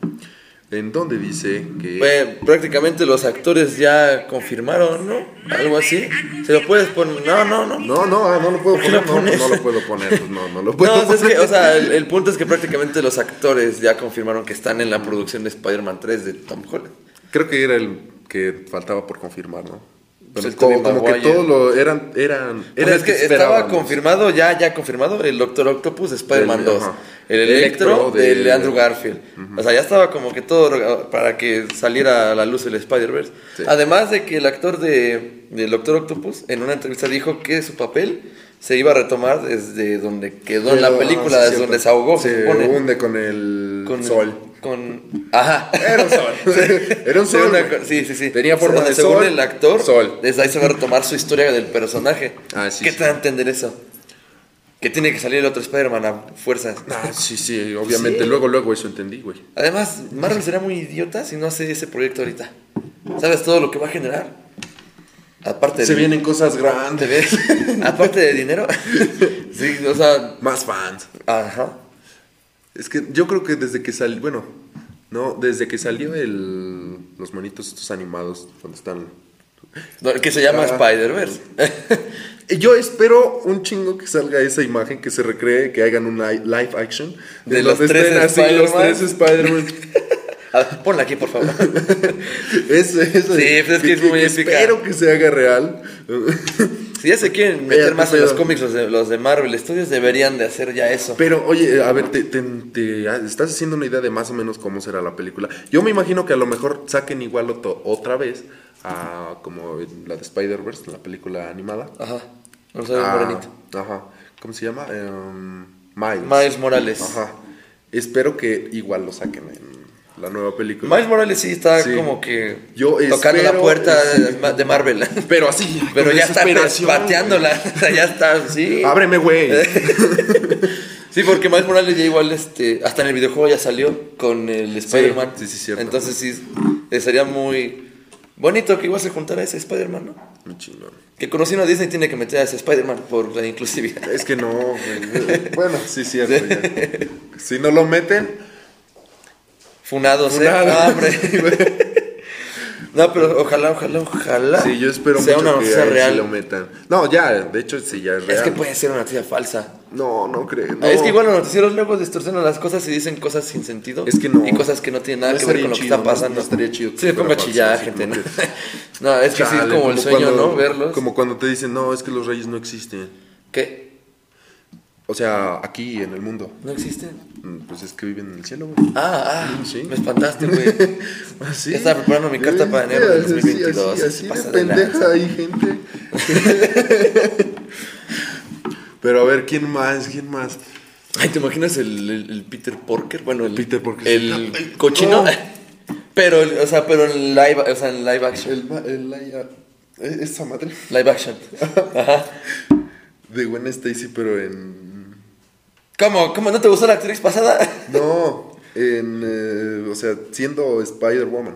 A: En donde dice que.
C: Pues, prácticamente los actores ya confirmaron, ¿no? Algo así. Se lo puedes poner. No, no, no.
A: no, no, ah, no lo puedo
C: ¿Por qué lo
A: poner. No,
C: pones?
A: no lo puedo poner. pues No, no lo puedo
C: No, o sea, es
A: poner.
C: que, o sea, el, el punto es que prácticamente los actores ya confirmaron que están en la producción de Spider-Man 3 de Tom Holland.
A: Creo que era el que faltaba por confirmar, ¿no?
C: Pues
A: Pero
C: el
A: como,
C: Tobey
A: como que
C: Maguire.
A: todo lo eran. eran
C: O
A: era
C: sea,
A: el
C: es que estaba
A: esperábamos.
C: confirmado, ya, ya confirmado, el Doctor Octopus de Spider-Man
A: Del-
C: 2.
A: ajá.
C: El
A: El
C: Electro
A: Electro
C: de,
A: de-
C: Andrew Garfield. O sea, ya estaba como que todo orga- para que saliera a la luz el Spider-Verse.
A: Sí.
C: Además de que el actor de, del Doctor Octopus en una entrevista dijo que su papel se iba a retomar desde donde quedó en la
A: Pero,
C: película,
A: ah, sí,
C: desde
A: cierto.
C: donde se ahogó, se,
A: Se
C: supone.
A: hunde con el
C: con
A: sol.
C: Con. Ajá.
A: Era un sol. Era un
C: Sí,
A: sol.
C: una
A: güey.
C: co- sí, sí, sí.
A: Tenía forma
C: Donde
A: de
C: según
A: sol.
C: el actor,
A: Sol.
C: desde ahí se va a retomar su historia del personaje.
A: Ah, sí,
C: ¿Qué
A: sí.
C: te va a entender eso? Que tiene que salir el otro Spider-Man a fuerzas.
A: Ah, sí, sí, obviamente.
C: Sí.
A: Luego, luego eso entendí, güey.
C: Además, Marvel será muy idiota si no hace ese proyecto ahorita. ¿Sabes todo lo que va a generar? Aparte de
A: Se vienen cosas grandes.
C: aparte de dinero. sí, o sea,
A: Más fans.
C: ajá.
A: Es que yo creo que desde que salió, bueno, no, desde que salió el los monitos estos animados cuando están
C: No, Que se llama
A: Ah.
C: Spider-Verse.
A: yo espero un chingo que salga esa imagen, que se recree, que hagan un li- live action.
C: De los
A: donde
C: tres
A: estén así los
C: Spider-Man.
A: tres Spider-Man.
C: A ver, ponla aquí, por favor.
A: eso, eso.
C: Sí, pues es que es muy épica.
A: Espero que se haga real.
C: Si ya se quieren meter
A: Oye,
C: más
A: qué
C: en los
A: pedo.
C: cómics los de, los de Marvel Studios, deberían de hacer ya eso.
A: Pero, oye, eh, a ver, te, te- te- ah, estás haciendo una idea de más o menos cómo será la película. Yo me imagino que a lo mejor saquen igual oto- otra vez, a, como en la de Spider-Verse, la película animada.
C: Ajá. No lo sabe
A: Ah,
C: Morenito.
A: Ajá. ¿Cómo se llama? Em, Miles.
C: Miles Morales.
A: Ajá. Espero que igual lo saquen en la nueva película.
C: Miles Morales sí está
A: Sí.
C: como que
A: Yo
C: tocando la
A: espero-
C: puerta
A: sí.
C: de Ma- de Marvel.
A: Pero así,
C: Pero
A: con
C: ya está
A: desesperación,
C: pateándola. O sea, ya está, sí.
A: güey. Ábreme, güey.
C: Eh. Sí, porque Miles Morales ya igual, este, hasta en el videojuego ya salió con el Spider-Man.
A: sí, sí, cierto.
C: Entonces sí, eh, sería muy bonito que igual se juntara ese Spider-Man, ¿no?
A: Muy chingón.
C: Que conociendo a Disney tiene que meter a ese Spider-Man por la inclusividad.
A: Es que no, güey. Bueno, sí, cierto. ya. Si no lo meten,
C: Funados,
A: Funado.
C: ¿eh? Ah, hombre. no, pero ojalá, ojalá, ojalá.
A: sí, yo espero
C: sea
A: mucho
C: una
A: que
C: noticia
A: ahí sí
C: real.
A: lo metan. No, ya, de hecho, sí, ya es real.
C: Es que puede ser una noticia falsa.
A: No, no creo. no.
C: Es que igual los noticieros luego distorsionan las cosas y dicen cosas sin sentido.
A: Es que no.
C: Y cosas que no tienen nada
A: No
C: que ver
A: estaría
C: con lo
A: chido,
C: que está pasando.
A: no estaría chido que
C: Se
A: fuera
C: ponga a
A: falso,
C: chillar,
A: así
C: gente.
A: como
C: ¿no?
A: que-
C: no, es que sí,
A: Chale,
C: es como el sueño,
A: cuando-
C: ¿no? Verlos.
A: Como cuando te dicen, no, es que los reyes no existen.
C: ¿Qué?
A: O sea, aquí en el mundo.
C: ¿No existen?
A: Mm, Pues es que viven en el cielo, güey.
C: Ah, ah.
A: Sí.
C: Me espantaste, güey.
A: Así.
C: Ya estaba preparando mi carta para enero del 2022,
A: Así, así,
C: se
A: así
C: pasa
A: de
C: de lanza.
A: pendeja hay gente. Pero a ver, ¿quién más? ¿Quién más?
C: Ay, ¿te imaginas el, el- el Peter Porker? Bueno, el,
A: Peter Porker,
C: el
A: sí.
C: cochino.
A: No.
C: Pero, o sea, pero en live, o sea, en live action.
A: El, ma- el, la-
C: e,
A: eh, esa madre.
C: Live action. Ajá.
A: De Gwen Stacy, pero en.
C: ¿Cómo? ¿Cómo no te gustó la actriz pasada?
A: No, en. eh, o sea, siendo Spider-Woman.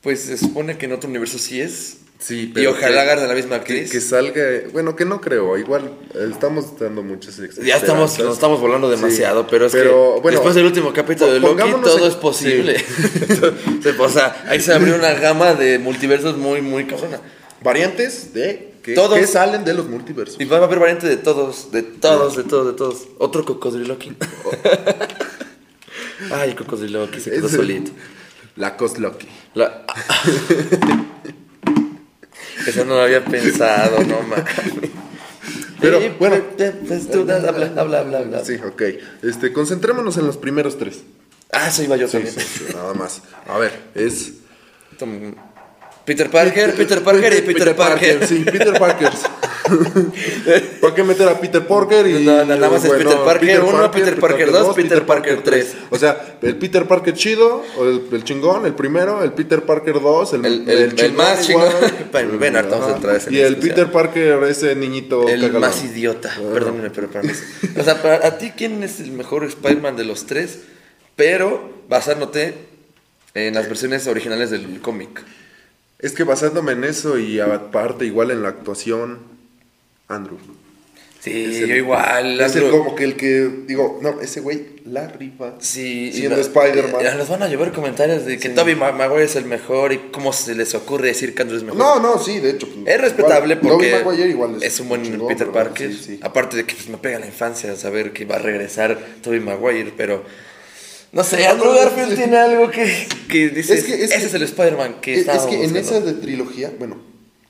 C: Pues se supone que en otro universo sí es.
A: Sí,
C: Y ojalá
A: que-
C: agarre la misma
A: que,
C: actriz.
A: que salga. eh, Bueno, que no creo. Igual eh, estamos dando muchas
C: ya estamos, nos estamos volando
A: Sí.
C: demasiado, pero es
A: Pero,
C: que
A: bueno,
C: después del último capítulo de Loki
A: pongámonos
C: todo
A: en-
C: es posible. Se- o sea, ahí se abrió una gama de multiversos muy, muy cabrona.
A: Variantes de. Que,
C: Todos.
A: que salen de los multiversos.
C: Y va a haber variante de todos, de todos, de todos, de todos. Otro cocodriloqui. Ay, cocodriloqui, se quedó
A: Ese-
C: solito.
A: La Cos Loki.
C: La... Eso no lo había pensado, no más.
A: Pero, bueno.
C: Pues tú, habla, habla, habla, habla, habla.
A: Sí, ok. Este, concentrémonos en los primeros tres.
C: Ah, eso iba yo
A: Sí,
C: también.
A: sí, sí, nada más. A ver, es.
C: Tom- Peter Parker, Peter Parker y Peter Parker.
A: Sí, Peter Parker. ¿Por qué meter a Peter Parker y.?
C: No, no, nada más es Peter Parker uno, Peter Parker dos,
A: dos,
C: Peter Parker tres.
A: tres. O sea, el Peter Parker chido, o el, el chingón, el primero, el Peter Parker 2, el,
C: El- el- el más
A: igual.
C: chingón. Bueno, bueno, ahorita vamos a entrar a ese
A: Y el
C: especial.
A: Peter Parker, ese niñito.
C: El
A: cagalón.
C: más idiota. Perdónenme, pero para mí. sí. O sea, para a ti, ¿quién es el mejor Spider-Man de los tres? Pero basándote en las versiones originales del cómic.
A: Es que basándome en eso y aparte, igual en la actuación, Andrew.
C: Sí,
A: el-
C: yo igual.
A: Es el
C: Andrew.
A: como que el que. Digo, no, ese güey la rifa.
C: Sí, y
A: Siendo
C: no-
A: Spider-Man.
C: eh, Nos van a llover comentarios de que Toby Maguire es el mejor y cómo se les ocurre decir que Andrew es mejor.
A: No, no, sí, de hecho. pues,
C: Es respetable
A: igual,
C: porque
A: Tobey Maguire igual
C: es, un buen
A: chingón,
C: Peter
A: ¿verdad?
C: Parker.
A: Sí, sí.
C: Aparte de que pues, me pega en la infancia saber que va a regresar Tobey Maguire, pero no sé, Andrew Garfield tiene algo que, que dice,
A: Es que- es
C: ese
A: que-
C: es el Spider-Man que
A: Es, es
C: estábamos
A: que en
C: buscando".
A: esa de trilogía, bueno,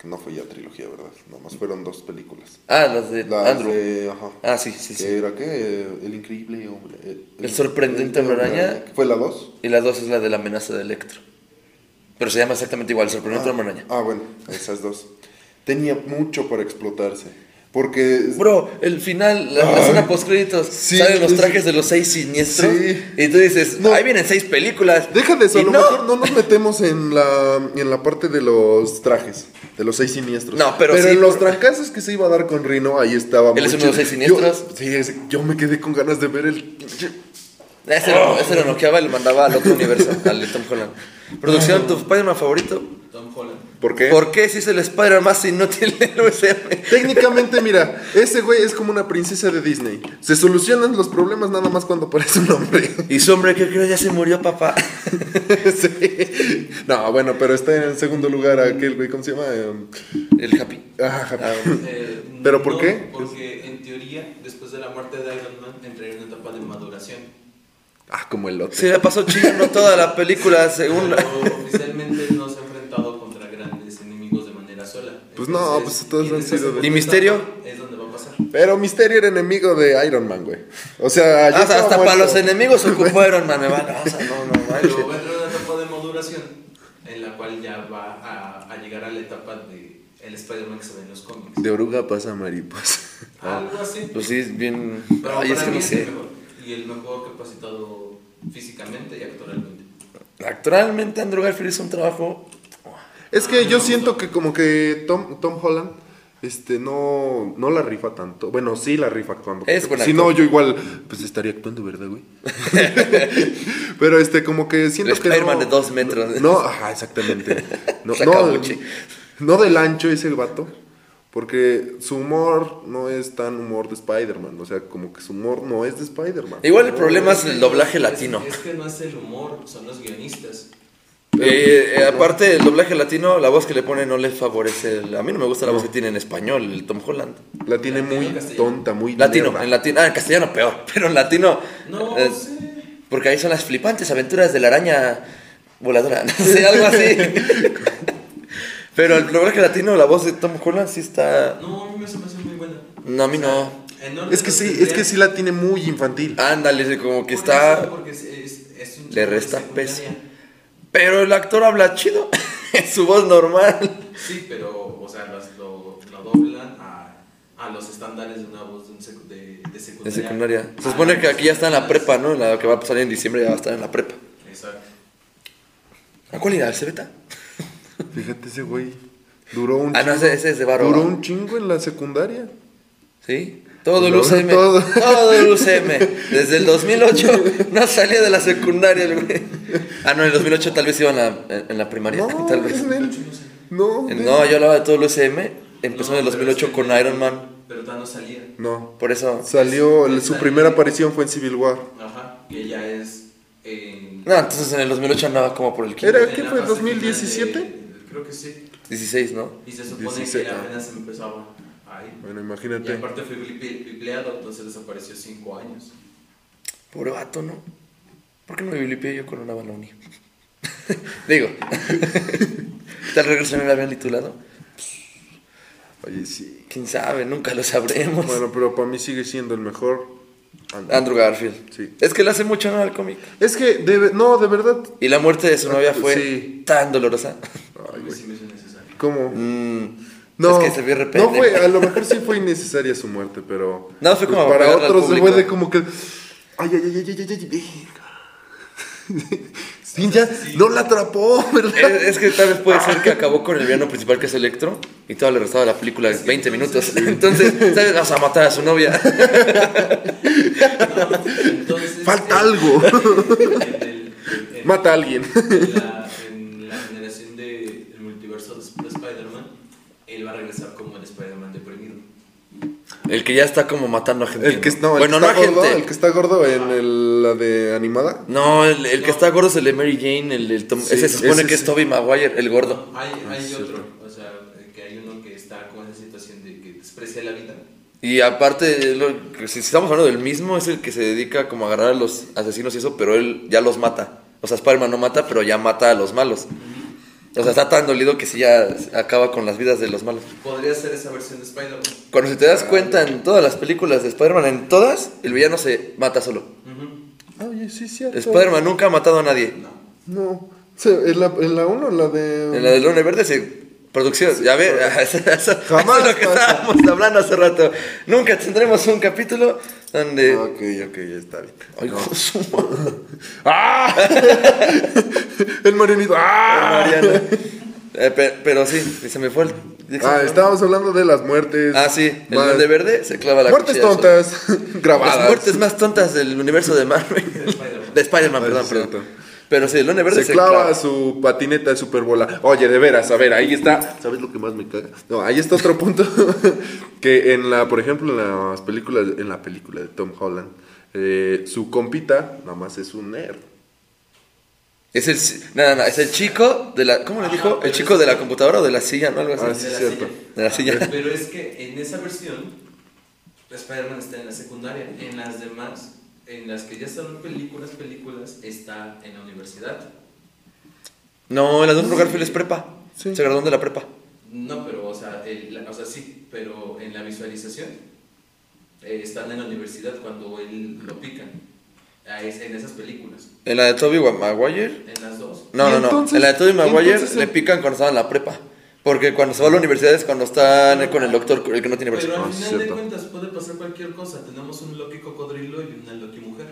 A: que no fue ya trilogía, ¿verdad? Nomás fueron dos películas.
C: Ah, las de
A: Las
C: Andrew.
A: de- ajá.
C: Ah, sí, sí, sí.
A: Que era que el increíble hombre. El,
C: El sorprendente
A: hombre
C: hombre araña.
A: ¿Fue la dos?
C: Y la dos es la de la amenaza de Electro. Pero se llama exactamente igual, sorprendente hombre araña.
A: Ah, bueno, esas dos. Tenía mucho para explotarse. Porque
C: Bro, el final, la, la
A: Ay.
C: escena post créditos,
A: Ah. Sí,
C: salen los
A: es-
C: trajes de los seis siniestros.
A: Sí.
C: Y tú dices,
A: No.
C: ahí vienen seis películas.
A: Deja de eso,
C: Y
A: a lo
C: no.
A: mejor no nos metemos en la, en la parte de los trajes, de los seis siniestros.
C: No, pero sí,
A: en los
C: por-
A: trancazos que se iba a dar con Rino, ahí estaba.
C: ¿Él es
A: muy
C: uno de
A: chido.
C: los seis siniestros?
A: Yo, sí, es- yo me quedé con ganas de ver el.
C: Ese lo, ese lo noqueaba y lo mandaba al otro universo, al de Tom Holland. Producción, tu Spider-Man favorito.
B: Tom Holland.
A: ¿Por qué?
C: ¿Por qué si es el Spider-Man más inútil del UCM?
A: Técnicamente, mira, ese güey es como una princesa de Disney. Se solucionan los problemas nada más cuando aparece un hombre.
C: Y su hombre, que creo? Ya se murió, papá.
A: Sí. No, bueno, pero está en segundo lugar aquel güey, ¿cómo se llama? Eh,
C: El Happy.
A: ah,
B: Eh,
A: ¿Pero por
B: no,
A: qué?
B: Porque en teoría, después de la muerte de Iron Man, entraría en una etapa de maduración.
A: ah, como el
C: Se
A: otro.
C: la pasó chillando toda la película, según. la-
B: Pero oficialmente no se ha enfrentado contra grandes enemigos de manera sola.
A: Pues no,
B: Entonces,
A: pues todos
B: en
A: han
B: esta
A: sido de-
B: segunda
C: ¿Y Misterio?
B: etapa Es donde va a pasar.
A: Pero Misterio era enemigo de Iron Man, güey. O sea, ya
C: Ah, o sea,
A: estaba
C: hasta para
A: muerto.
C: los enemigos ocuparon, man. Me van, no, o sea, Ah, no, no, manches.
B: Pero va a entrar en una etapa de maduración en la cual ya va a, a llegar a la etapa de el Spider-Man que se ve en los cómics.
A: De oruga pasa mariposa.
B: Algo así.
C: Pues sí, es bien.
B: Pero
C: Ay, es
B: para
C: que
B: mí
C: no
B: es
C: sé.
B: el mejor. Y y el mejor capacitado físicamente y actoralmente.
C: Actualmente Andrew Garfield hizo un trabajo.
A: Es que yo siento que como que Tom, Tom Holland este, no, no la rifa tanto. Bueno, sí la rifa cuando.
C: Es buen
A: si
C: actor.
A: no, yo igual pues estaría actuando, ¿verdad, güey? Pero este, como que
C: El
A: siento que.
C: Spider-Man
A: no,
C: de dos metros.
A: No, ajá, exactamente. No,
C: Saca
A: no,
C: buche.
A: no del ancho es el vato. Porque su humor no es tan humor de Spider-Man. O sea, como que su humor no es de Spider-Man.
C: Igual el problema es
B: que
C: el doblaje
B: es-
C: latino.
B: Es que no es el humor, son los guionistas.
C: Eh, eh, aparte el doblaje latino, la voz que le pone no le favorece. el- a mí no me gusta la voz que tiene en español, el Tom Holland.
A: La tiene
B: Latino,
A: muy
B: castellano.
A: tonta, muy.
C: Latino,
A: lerda.
C: en latino. Ah, en castellano peor, pero en latino.
B: No
C: eh,
B: sé.
C: Porque ahí son las flipantes aventuras de la araña voladora, no sé, algo así. pero el doblaje latino, la voz de Tom Holland sí está.
B: No, a mí me se me hace muy buena.
C: No, a mí no.
B: En orden
A: Es que
B: los
A: sí, es
B: tendría-
A: que sí la tiene muy infantil.
C: Ándale, como que
B: Por eso,
C: está.
B: porque es- es- es un
C: le
B: chico de
C: resta
B: secundaria.
C: Pero el actor habla chido. Es su voz normal.
B: Sí, pero, o sea, las- lo, lo doblan a, a los estándares de una voz de, un sec- de, de
C: De
B: secundaria.
C: secundaria. Se supone que aquí ya está en la prepa, ¿no? En la que va a pasar en diciembre ya va a estar en la prepa.
B: Exacto.
C: ¿A cuál irá? ¿Al Cebeta?
A: Fíjate ese güey. Duró un
C: Ah, no, ese, ese es de Baro.
A: Duró un chingo en la secundaria.
C: ¿Sí? Todo el
A: Pues Lo-
C: UCM. Todo.
A: todo.
C: el UCM. Desde el 2008 no salía de la secundaria el güey. Ah, no, en el 2008 tal vez iba en la, en la primaria.
A: No,
C: tal vez.
A: es del- Eh, No,
C: En-
A: del-
C: No, yo hablaba de todo el UCM. Empezó en el
B: No, pero
C: 2008
B: es que-
C: con Iron Man.
B: Pero todavía no salía.
A: no.
C: Por eso.
A: Salió, el- su
B: Salió.
A: primera aparición fue en Civil War.
B: Ajá, que ella es. en-
C: No, entonces en el 2008 andaba como por el 15.
A: Era-
B: en
A: qué
B: la
A: fue,
B: fase final
A: 2017?
B: de- creo que sí.
C: 16, ¿no?
B: Y se supone
A: 17,
B: que
A: ah.
B: apenas empezaba ahí.
A: Bueno,
B: Y
A: imagínate.
B: aparte fue blipe- blipleado, entonces desapareció 5 años.
C: Pobre vato, ¿no? ¿Por qué no me bilipié yo con una balonía? Digo. Tal regreso me habían titulado.
A: Oye, sí.
C: Quién sabe, nunca lo sabremos.
A: Bueno, pero para mí sigue siendo el mejor. And-
C: Andrew Garfield.
A: Sí.
C: Es que le hace mucho honor al cómic.
A: Es que, de ve- no, de verdad.
C: Y la muerte de su
A: Ah,
C: novia fue
A: sí.
C: tan dolorosa.
A: Ay,
B: A mí
A: güey.
B: Pues sí me hizo necesario.
A: ¿Cómo?
C: Mm,
A: No,
C: es que se vio repente.
A: no fue, a lo mejor sí fue innecesaria su muerte, pero. pues
C: No, fue como
A: para
C: pegarle al
A: otros
C: público.
A: fue de como que. Ay, ay, ay, ay, ay, ay, ay, verga. Sí, ya, no la atrapó, ¿verdad?
C: Es, es que tal vez puede ser que acabó con el villano principal que es Electro y todo le restaba la película 20 minutos. Entonces, ¿sabes? Vas a matar a su novia.
B: Entonces,
A: Falta
B: en-
A: algo.
B: en el- en-
A: Mata a alguien.
B: en la, en la generación del multiverso de Sp- de Spider-Man, él va a regresar como el Spider-Man deprimido.
C: El que ya está como matando a gente.
A: El que, no, el
C: bueno,
A: que
C: no a
A: está gordo,
C: gente.
A: el que está gordo en el- la de animada.
C: No, el, el que está gordo es el de Mary Jane, el, el Tom-
A: Sí,
C: ese se supone
A: ese
C: que es
A: sí.
C: Toby Maguire, el gordo.
B: Hay, hay
A: cierto.
B: otro, o sea, que hay uno que está con esa situación de que desprecia la vida.
C: Y aparte, lo- que si estamos hablando del mismo, es el que se dedica como a agarrar a los asesinos y eso, pero él ya los mata. O sea, Spider-Man no mata, pero ya mata a los malos. O sea, está tan dolido que sí ya acaba con las vidas de los malos.
B: Podría ser esa versión de Spider-Man.
C: Cuando si te das cuenta en todas las películas de Spider-Man, en todas, el villano se mata solo.
B: Ujú.
A: Oye, sí, es cierto.
C: Spider-Man nunca ha matado a nadie.
B: No.
A: No. O sea, en la, en la 1, la de.
C: En la del Lone Verde se... Producción, ya ve, eso, eso-
A: Jamás
C: eso es lo que
A: pasa.
C: estábamos hablando hace rato. Nunca tendremos un capítulo donde...
A: Ok, Ah, ok, ya está bien.
C: Ay, hijo de su madre.
A: ¡Ah! El marionito. ¡Ah!
C: Mariana. Eh, pe- pero sí, se me fue el...
A: Ah, estábamos hablando de las muertes.
C: Ah, sí, el
A: más-
C: Duende Verde se clava la
A: Muertes
C: cuchilla.
A: tontas. grabadas.
C: Las muertes más tontas del universo de Marvel.
B: De Spider-Man.
C: De Spider-Man,
A: Ah,
C: perdón,
A: sí,
C: perdón.
A: cierto.
C: Pero sí, el Lone Verde
A: Se
C: se,
A: clava su patineta de superbola. Oye, de veras, a ver, ahí está. ¿Sabes lo que más me caga? No, ahí está otro punto. que en la, por ejemplo, en las películas, en la película de Tom Holland, eh, su compita nada más es un nerd.
C: Es el, ci- no, no, no, es el chico de la. ¿Cómo le
B: Ajá,
C: dijo? El
B: pero
C: chico
B: es-
C: de la computadora o de la silla, ¿no? Algo así.
A: Ah, sí,
B: De la
A: cierto.
B: silla.
C: De la silla.
B: Pero es que en esa versión, Spider-Man está en la secundaria. En las demás, en las que ya son películas, películas, está en la universidad.
C: No, el Andrew Garfield es prepa.
A: Sí.
C: Se graduó de la prepa.
B: No, pero, o sea, el- la- o sea, sí, pero en la visualización eh, están en la universidad cuando él lo pican. Ah, es- en esas películas,
C: En la de Toby Maguire.
B: en las dos.
C: No,
A: ¿Y
C: no, no.
A: entonces-
C: En la de Toby Maguire
A: entonces
C: le
A: el-
C: pican cuando estaba en la prepa. Porque cuando se va a la universidad es cuando están con el doctor, el que no tiene
B: Pero
C: brazo.
A: no,
B: al
A: es
B: final de
A: cierto.
B: cuentas puede pasar cualquier cosa. Tenemos un Loki cocodrilo y una Loki mujer.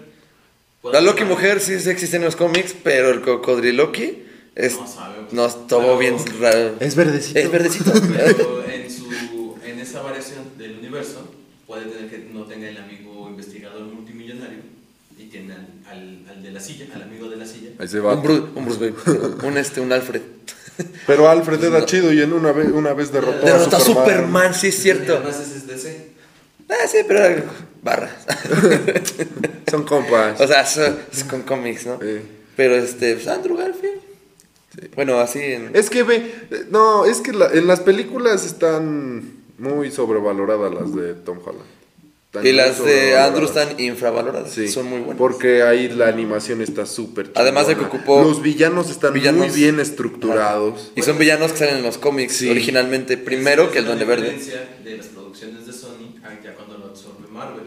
B: Por
C: La
B: algo-
C: Loki mujer sí existe en los cómics, pero el cocodriloqui es,
B: No sabemos.
C: no estuvo
B: Pero-
C: bien raro.
A: Es verdecito.
C: Es verdecito.
B: Pero en, su, en esa variación del universo puede tener que no tenga el amigo investigador multimillonario y tiene al, al, al de la silla, al amigo de la silla.
A: Ese
C: un,
A: vato.
C: Bruce, un Bruce Wayne, un, este, un Alfred.
A: Pero Alfred era chido y en una vez, una vez derrotó,
C: Derrotó
A: a Superman.
C: sí es cierto.
B: Además ese es DC.
C: Ah, sí, pero era barra.
A: Son compas.
C: o sea, es, es con cómics, ¿no?
A: Sí.
C: Pero este, pues, Andrew Garfield. Bueno, así en...
A: Es que ve, eh, no, es que la- en las películas están muy sobrevaloradas las de Tom Holland. Están
C: Y
A: muy
C: las de
A: sobrevaloradas.
C: Andrew están infravaloradas.
A: Sí,
C: Son muy buenas.
A: Porque ahí la animación está súper chida.
C: Además de que ocupó-
A: Los villanos están muy
C: villanos-
A: bien estructurados.
C: Y son villanos que salen en los cómics
A: Sí.
C: originalmente, primero
B: Esa
C: que el
B: es la
C: Duende Verde.
B: diferencia de las producciones de Sony a ya cuando lo absorbe Marvel.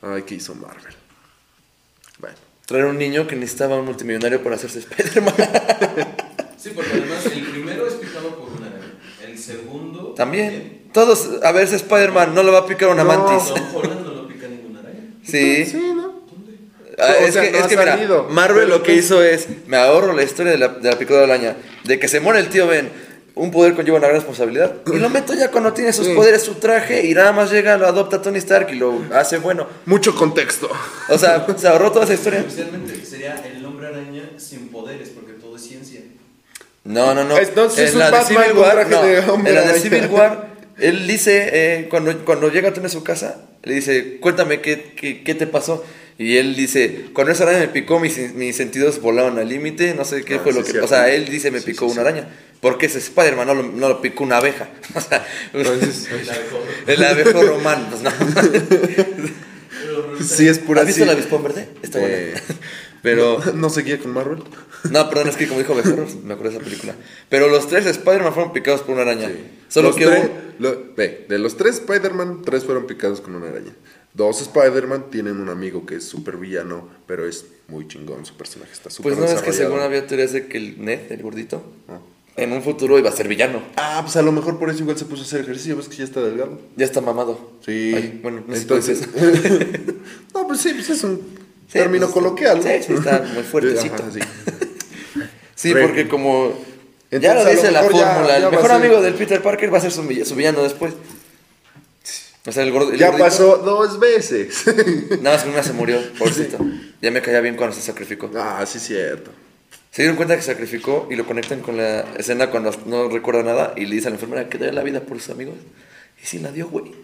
A: Ay, que hizo Marvel. Bueno.
C: Traer un niño que necesitaba un multimillonario para hacerse Spider-Man.
B: Sí, porque además el primero es picado por una araña. El segundo
C: También. Todos, a ver, ese Spider-man no lo va a picar una
A: No.
C: mantis.
B: Tom Holland no lo pica ninguna araña.
C: Sí.
A: Sí, ¿no?
B: ¿Dónde?
C: Ah,
A: O
C: es
A: sea,
C: que,
A: no
C: es
A: ha
C: que mira,
A: salido.
C: Marvel
A: Pero
C: lo que
A: pues-
C: hizo es, me ahorro la historia de la, de la picadora de araña, de que se muere el tío Ben, un poder conlleva una gran responsabilidad, y lo meto ya cuando tiene sus
A: Sí.
C: poderes, su traje, y nada más llega, lo adopta Tony Stark y lo hace bueno.
A: Mucho contexto.
C: O sea, se ahorró toda esa historia.
B: Oficialmente sería el hombre araña sin poderes, porque todo es ciencia.
C: No, no, no.
A: Entonces es un
C: de
A: Batman con traje
C: no,
A: de hombre
C: en la de
A: araña.
C: Civil War, él dice, eh, cuando, cuando llega Tony a su casa, le dice, cuéntame qué, qué, qué te pasó. Y él dice, cuando esa araña me picó, mis, mis sentidos volaban al límite, no sé qué
A: Ah,
C: fue
A: sí,
C: lo que...
A: cierto.
C: O sea, él dice, me
A: Sí,
C: picó
A: sí,
C: una
A: sí.
C: araña. Porque ese Spider-Man no lo, no lo picó una abeja. O sea,
A: Entonces,
B: El abejorro.
C: el abejo romano. Pues no.
B: Pero resulta
A: sí es pura
C: ¿Has visto el
A: así.
C: avispón verde? Está buena.
A: Eh,
C: Pero...
A: ¿No seguía con Marvel?
C: No, perdón, es que como dijo Becerro, me acuerdo de esa película. Pero los tres Spider-Man fueron picados por una araña. Solo
A: Los
C: que
A: tres-
C: hubo-
A: lo- ve, de los tres Spider-Man, tres fueron picados con una araña. Dos Spider-Man tienen un amigo que es súper villano, pero es muy chingón, su personaje está súper
C: Pues no, es que
A: desarrollado.
C: según había teorías de que el Ned, el gordito,
A: Ah.
C: en un futuro iba a ser villano.
A: Ah, pues a lo mejor por eso igual se puso a hacer ejercicio, ves que ya está delgado.
C: Ya está mamado.
A: Sí.
C: Ay, bueno, no sé
A: Entonces.
C: si puede ser.
A: no, pues sí, pues es un
C: Sí,
A: término
C: pues,
A: coloquial. ¿no?
C: sí, sí, está muy fuertecito.
A: Ajá, sí.
C: Sí,
A: Re-
C: porque como. ya
A: Entonces,
C: lo
A: a lo
C: dice la
A: mejor ya-
C: fórmula.
A: ya va
C: el
A: a
C: mejor
A: ser-
C: amigo del Peter Parker va a ser su, vill- su villano después. O sea, el gordo. el
A: Ya
C: gordito,
A: pasó dos veces.
C: Nada más que una se murió, pobrecito. Ya me caía bien cuando se sacrificó.
A: ah, sí, cierto.
C: Se dieron cuenta que se sacrificó y lo conectan con la escena cuando no recuerda nada y le dice a la enfermera que daría la vida por sus amigos. Y sí la dio, güey.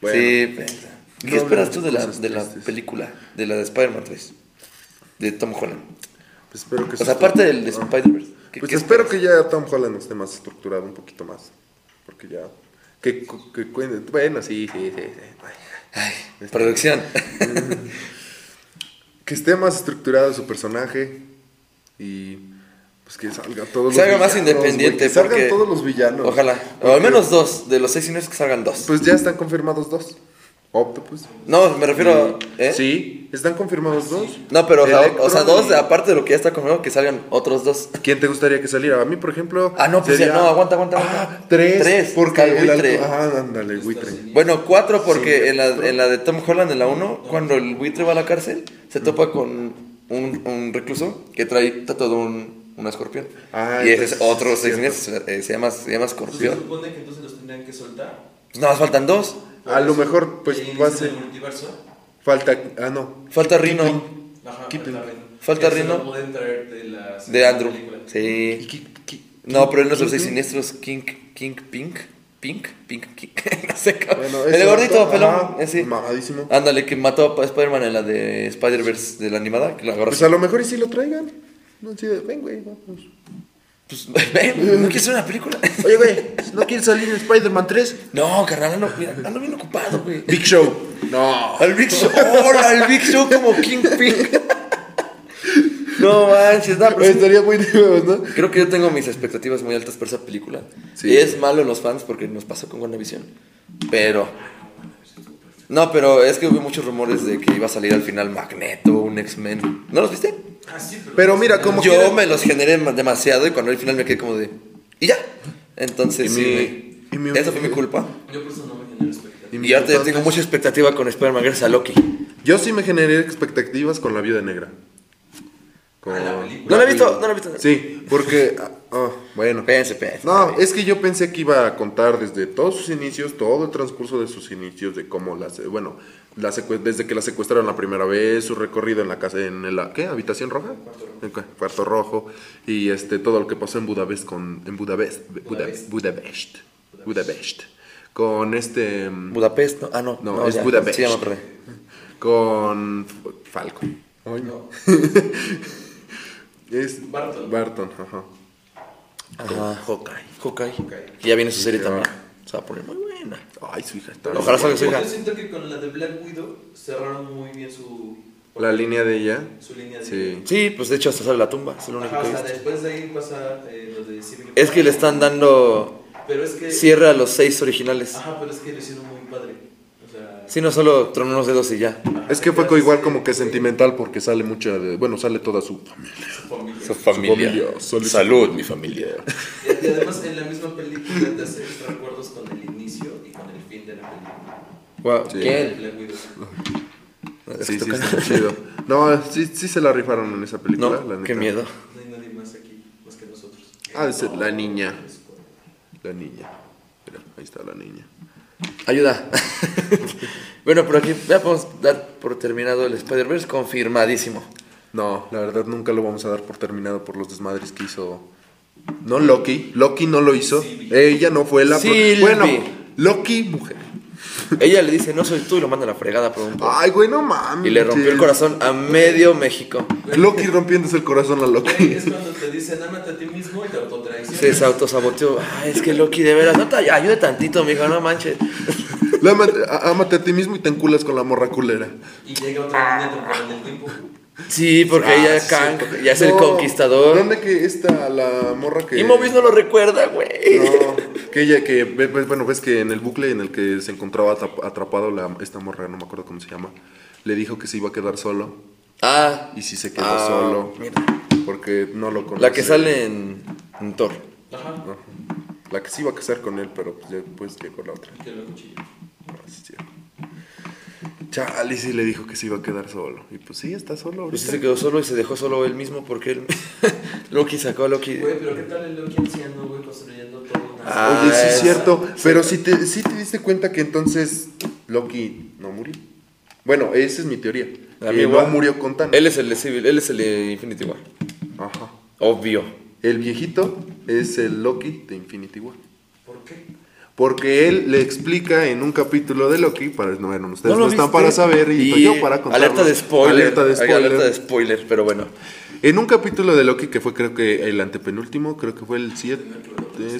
A: Bueno,
C: sí, pensa. ¿Qué
A: no
C: esperas
A: hablemos
C: tú
A: de
C: de la,
A: cosas
C: de la
A: tristes.
C: película? De la de Spider-Man 3. De Tom Holland.
A: pues espero que
C: O
A: eso
C: sea,
A: esté-
C: aparte del de
A: Ah.
C: Spider-Verse. ¿qué-
A: Pues
C: qué
A: espero
C: esperas?
A: que ya Tom Holland esté más estructurado un poquito más. Porque ya. Que, cu- que, cuiden- Bueno, sí, sí, sí. sí. Ay.
C: Ay, producción.
A: Que esté más estructurado su personaje. Y. Pues que salga todos
C: Salga
A: los
C: más
A: villanos,
C: independiente.
A: güey, que salgan
C: porque-
A: todos los villanos.
C: Ojalá. O al menos dos. De los seis cines que salgan dos.
A: Pues ya están confirmados dos. Octopus.
C: No, me refiero. ¿eh? Ah,
A: Sí, están confirmados dos.
C: No, pero o sea,
A: Electro
C: o sea, dos,
A: y-
C: aparte de lo que ya está confirmado, que salgan otros dos.
A: ¿Quién te gustaría que saliera? A mí, por ejemplo.
C: Ah, no, pues ya, no, aguanta, aguanta, aguanta.
A: Ah, tres.
C: Tres,
A: Porque
C: está el
A: el
C: buitre.
A: alto- Ah, ándale, el buitre.
C: Bueno, cuatro, porque en, la, en la de Tom Holland, en la uno, cuando el buitre va a la cárcel, se topa con un, un recluso que trae tatuado un, un escorpión.
A: Ah,
C: y ese es
A: entonces,
C: otro
A: sí,
C: seis
A: cierto.
C: meses, eh, se, llama, se llama
B: Se
C: escorpión.
B: supone que entonces los tendrían que soltar.
C: Pues nada más faltan dos.
A: A lo mejor, pues,
B: Y
A: va a
B: inician
A: ser-
B: el multiverso.
A: Falta. Ah, no.
C: Falta Rino
B: Ajá,
A: Keeping.
B: falta Rino.
C: Falta
B: Eso
C: Rino.
B: lo pueden traer de la
C: de Andrew.
B: película.
A: ¿Y
C: Sí.
A: qué- qué-
C: No, pero él no es los
A: qué-
C: seis siniestros. King, King, Pink. Pink, Pink, Pink. no sé cómo.
A: Bueno,
C: el
A: ese
C: gordito,
A: vato,
C: pelón.
A: ajá,
C: ese.
A: Mamadísimo.
C: Ándale, que mató a Spider-Man en la de Spider-Verse de la animada, que lo agarró.
A: Pues a lo mejor y si lo traigan. No, sí, ven, güey, vamos.
C: Pues, ven, ¿no quieres ver una película?
A: Oye, güey, ¿no quieres salir en Spider-Man 3?
C: No, carnal, ando, mira, ando bien ocupado, güey.
A: Big Show. No.
C: Al Big Show, ahora al Big Show como Kingpin. No manches, no, pero sí.
A: Pues, Estaría muy de huevos, ¿no?
C: Creo que yo tengo mis expectativas muy altas por esa película.
A: Sí.
C: Y es malo los fans porque nos pasó con WandaVision. Pero. No, pero es que hubo muchos rumores de que iba a salir al final Magneto, un X-Men. ¿No los viste?
B: Ah, sí, pero.
A: Pero mira, como
C: Yo
A: quiera-
C: me los generé ma- demasiado y cuando al final me quedé como de. ¿Y ya? Entonces,
A: Y
C: sí.
A: mi- y mi-
C: Esa fue mi culpa.
B: Yo por eso no me genero expectativas.
A: Y mi
C: Y ahora
A: culpa-
C: tengo mucha expectativa con Spider-Man gracias a Loki.
A: Yo sí me generé expectativas con La Viuda Negra.
B: Ah, la película.
C: No la he visto, no la he visto.
A: Sí, porque... ah, ah, bueno.
C: Pense, pense.
A: No, es que yo pensé que iba a contar desde todos sus inicios, todo el transcurso de sus inicios, de cómo la... se- Bueno, la secue- desde que la secuestraron la primera vez, su recorrido en la casa, en la... ¿Qué? ¿Habitación roja? Cuarto rojo. cuarto rojo. Y este, todo lo que pasó en Budapest con... En Budapest. Buda-
B: Budapest.
A: Budapest. Budapest. Con este... mm,
C: Budapest, no. Ah, no.
A: No, es Budapest.
C: Sí, ya me acordé.
A: Con Falco. Ay, no. es
B: Barton.
A: Barton, ajá.
C: Ajá.
A: Hawkeye.
C: Hawkeye.
B: Hawkeye.
C: Que ya viene su serie también. Se va a poner muy buena.
A: Ay, su hija está.
C: Ojalá salga su hija.
B: Yo siento que con la de Black Widow cerraron muy bien su.
A: La línea de ella.
B: Su línea de.
A: Sí.
C: Sí, pues de hecho hasta sale la tumba. Es lo único
B: Ajá, o
C: que he
B: sea,
C: visto.
B: después de ahí pasa eh, lo de Civil War.
C: Es que le están dando
B: Pero es que.
C: cierre a los seis originales.
B: Ajá, pero es que lo hicieron muy padre. O sea.
C: Si no, solo tronó unos dedos y ya.
B: ajá,
A: Es que fue
B: pero
A: igual
B: sí,
A: como que
B: sí,
A: sentimental porque sale mucha de. Bueno, sale toda su familia.
B: su familia.
A: familia, salud.
C: mi familia.
B: Y además en la misma película te hace recuerdos con el inicio y con el fin de la película.
C: Wow,
A: Sí.
B: De
C: ¿Quién?
B: Black Widow.
C: Es
A: Sí,
C: que
A: sí,
C: toca-
A: está chido. No, sí, sí se la rifaron en esa película. la
C: no,
A: neta.
C: qué miedo.
B: No hay nadie más aquí, más que nosotros.
A: Ah, es la niña. La niña. Mira, ahí está la niña.
C: Ayuda. bueno, pero aquí ya podemos dar por terminado el Spider-Verse confirmadísimo.
A: No, la verdad nunca lo vamos a dar por terminado por los desmadres que hizo. No Loki, Loki no lo hizo.
B: Sylvie.
A: Ella no fue la. pro-
C: Sylvie.
A: Bueno, Loki mujer.
C: Ella le dice, no soy tú, y lo manda a la fregada por un...
A: Ay, güey, no mames.
C: Y le rompió el corazón a medio México.
A: Loki rompiéndose el corazón a
B: Güey,
A: Loki.
B: es cuando te dicen, ámate a ti mismo y te autotraicionas.
C: Se autosaboteó. Ay, es que Loki, de veras, no te ay- ayude tantito, mijo, no manches.
A: La ama- a- Ámate a ti mismo y te enculas con la morra culera.
B: Y llega otra
C: Ah.
B: línea temporal del tiempo.
C: Sí, porque
A: Ah,
C: ella es
A: sí,
C: Kang,
A: porque-
C: ya es el
A: No,
C: conquistador.
A: ¿Dónde que está la morra que.?
C: Y Mobius no lo recuerda, güey.
A: No, que ella que, ve- ve- bueno, ves que en el bucle en el que se encontraba atrap- atrapado la, esta morra, no me acuerdo cómo se llama, le dijo que se iba a quedar solo
C: Ah,
A: y si se quedó
C: Ah,
A: solo.
C: mira.
A: Porque no lo conoce.
C: la que sale en, en Thor.
B: Ajá.
A: Ajá. La que se iba a casar con él, pero pues, después llegó la otra.
B: Y que lo cuchillo.
A: No, sí, sí. Chale, sí le dijo que se iba a quedar solo. Y pues sí, está solo
C: Pues sí
A: ahorita.
C: se quedó solo y se dejó solo él mismo porque él... Loki sacó a Loki.
B: Güey, pero ¿qué tal el Loki anciano, güey, construyendo todo una...
C: Ah,
A: Oye, sí es
C: es-
A: cierto. Pero si te, sí te diste cuenta que entonces Loki no murió. Bueno, esa es mi teoría.
C: A
A: que
C: mí
A: no
C: igual.
A: murió con Thanos.
C: Él es el de Civil, él es el de Infinity War.
A: Ajá.
C: Obvio.
A: El viejito es el Loki de Infinity War.
B: ¿Por qué?
A: Porque él le explica en un capítulo de Loki, para, no, bueno, ustedes
C: lo
A: Pues no, están
C: viste?
A: para saber y, estoy yo para contarlo.
C: Alerta de spoiler.
A: Alerta de
C: Hay
A: spoiler.
C: Alerta de spoiler, pero bueno.
A: En un capítulo de Loki, que fue creo que el antepenúltimo, creo que fue el 7,